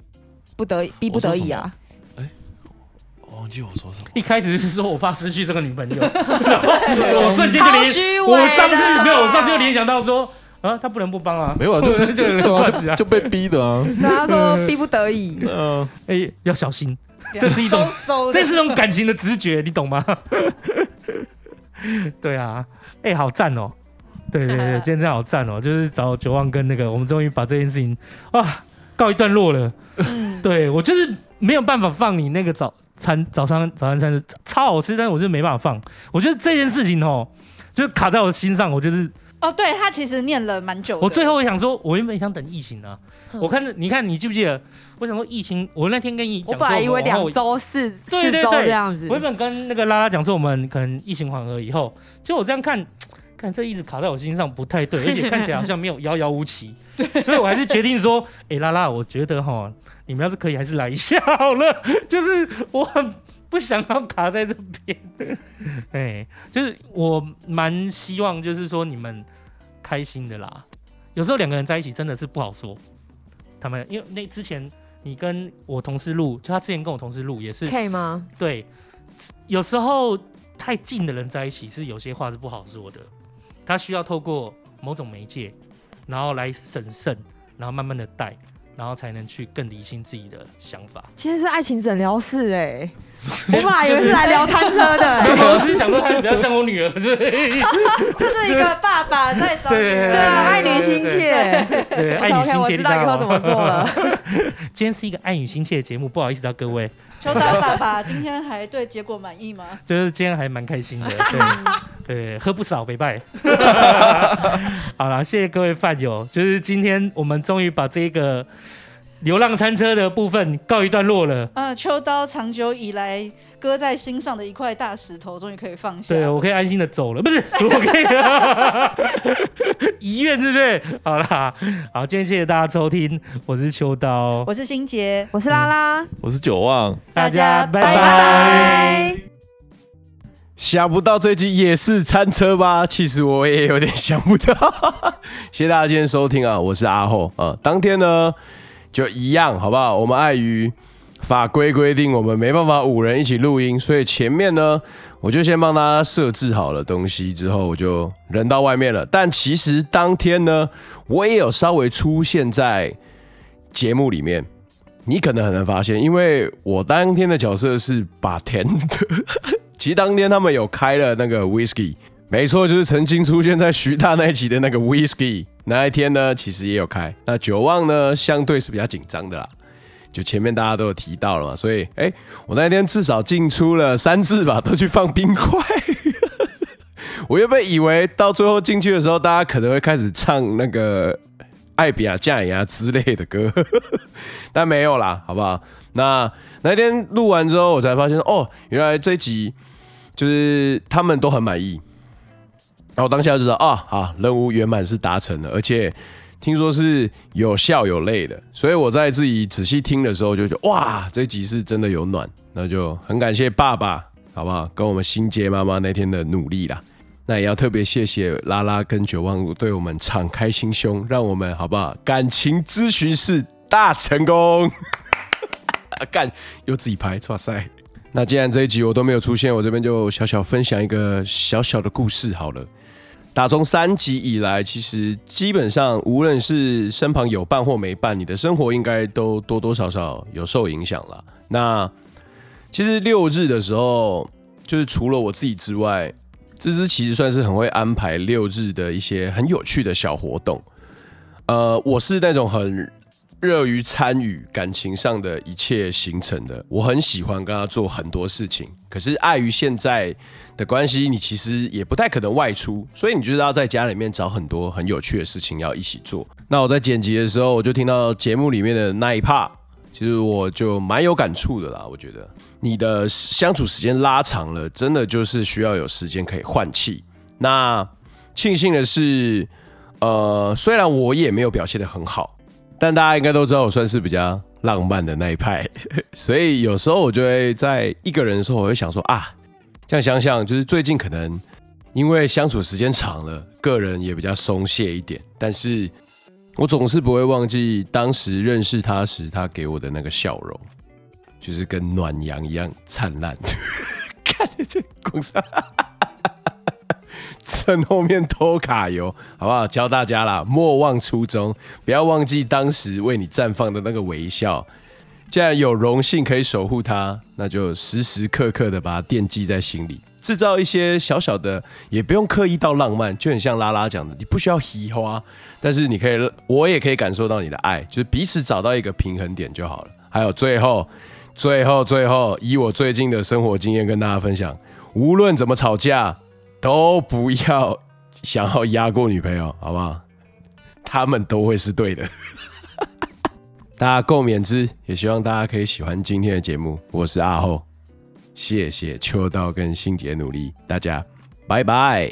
不得已，逼不得已啊。我忘记我说什么。一开始是说我怕失去这个女 朋友，然后我瞬间 就超虚联，伪的我上次没有，我上次就联想到说啊，他不能不帮啊，没有啊，就是 就有人对啊抓起来就被逼的啊。对，他说逼不得已。 嗯，哎，要小心，这是一种嗖嗖的这是一种感情的直觉，你懂吗？ 对啊，哎、好赞哦！对对 对，今天真的好赞哦！就是找九旺跟那个，我们终于把这件事情啊告一段落了。嗯对我就是没有办法放你那个早餐早上早餐餐是超好吃，但是我就是没办法放。我觉得这件事情哦，就卡在我心上，我就是哦，对他其实念了蛮久的。我最后也想说，我原本想等疫情啊，嗯我看你看你记不记得？我想说疫情，我那天跟你我讲说本来以为们往后两周四对四对周对这样子我，原本跟那个拉拉讲说，我们可能疫情缓和以后，结果我这样看，看这一直卡在我心上不太对，而且看起来好像没有遥遥无期，所以我还是决定说，哎、拉拉，我觉得哈，你们要是可以，还是来一下好了， 就是我很不想要卡在这边， 哎、就是我蛮希望就是说你们开心的啦，有时候两个人在一起真的是不好说，他们因为那之前。你跟我同事录，就他之前跟我同事录也是，可以吗？对，有时候太近的人在一起是有些话是不好说的，他需要透过某种媒介，然后来审慎，然后慢慢的带，然后才能去更理清自己的想法。今天是爱情诊疗室 哎，我本来以为是来聊餐车的对哎。 我只是想说，他比较像我女儿，就是就是一个爸爸在找女儿，对对啊，爱女心切。对爱 OK 女 OK，心我切，。知道以后怎么做了。今天是一个爱女心切的节目，不好意思到各位，秋刀爸爸 今天还对结果满意吗？就是今天还蛮开心的，对对，喝不少，北拜。好了，谢谢各位饭友，就是今天我们终于把这个流浪餐车的部分告一段落了。啊，秋刀长久以来搁在心上的一块大石头，终于可以放下。对，我可以安心的走了，不是，我可以 遗愿，是不是？好啦，好，今天谢谢大家收听，我是秋刀，我是心杰，我是拉拉，我是九旺。大家拜拜拜。想不到这集也是餐车吧？其实我也有点想不到。 谢谢大家今天收听啊，我是阿厚啊、当天呢就一样，好不好？我们碍于法规规定，我们没办法五人一起录音，所以前面呢我就先帮大家设置好了东西，之后我就人到外面了。但其实当天呢，我也有稍微出现在节目里面。你可能很难发现，因为我当天的角色是把甜的。其实当天他们有开了那个 whisky，没错，就是曾经出现在徐大那一集的那个 whisky。那一天呢，其实也有开。那九旺呢，相对是比较紧张的啦，就前面大家都有提到了嘛，所以哎、我那一天至少进出了三次吧，都去放冰块。 我原本以为到最后进去的时候，大家可能会开始唱那个《艾比亚酱呀》之类的歌， 但没有啦，好不好？那那天录完之后，我才发现哦，原来这一集就是他们都很满意。然后我当下就知道啊，好，任务圆满是达成了，而且听说是有笑有泪的，所以我在自己仔细听的时候就觉得哇，这一集是真的有暖，那就很感谢爸爸，好不好？跟我们新杰妈妈那天的努力啦。那也要特别谢谢拉拉跟九万五对我们敞开心胸，让我们好不好？感情咨询室大成功。 啊，干，又自己拍，哇塞！那既然这一集我都没有出现，我这边就小小分享一个小小的故事好了。打从三级以来，其实基本上无论是身旁有伴或没伴，你的生活应该都多多少少有受影响啦。那其实六日的时候，就是除了我自己之外，芝芝其实算是很会安排六日的一些很有趣的小活动。呃，我是那种很热于参与感情上的一切行程的，我很喜欢跟他做很多事情。可是碍于现在的关系，你其实也不太可能外出，所以你就是要在家里面找很多很有趣的事情要一起做。那我在剪辑的时候，我就听到节目里面的那一 part，其实我就蛮有感触的啦。我觉得你的相处时间拉长了，真的就是需要有时间可以换气。那庆幸的是，呃，虽然我也没有表现的很好，但大家应该都知道我算是比较浪漫的那一派， 所以有时候我就会在一个人的时候，我会想说啊，这样想想，就是最近可能因为相处时间长了，个人也比较松懈一点，但是我总是不会忘记当时认识他时，他给我的那个笑容，就是跟暖阳一样灿烂。 看 这公司。趁后面偷卡油，好不好？教大家啦，莫忘初衷，不要忘记当时为你绽放的那个微笑。既然有荣幸可以守护它，那就时时刻刻的把它惦记在心里，制造一些小小的，也不用刻意到浪漫，就很像拉拉讲的，你不需要移花，但是你可以，我也可以感受到你的爱，就是彼此找到一个平衡点就好了。还有最后，最后，最后，以我最近的生活经验跟大家分享，无论怎么吵架，都不要想要压过女朋友，好不好？他们都会是对的。 大家共勉之，也希望大家可以喜欢今天的节目。我是阿后，谢谢秋刀跟心杰努力，大家拜拜。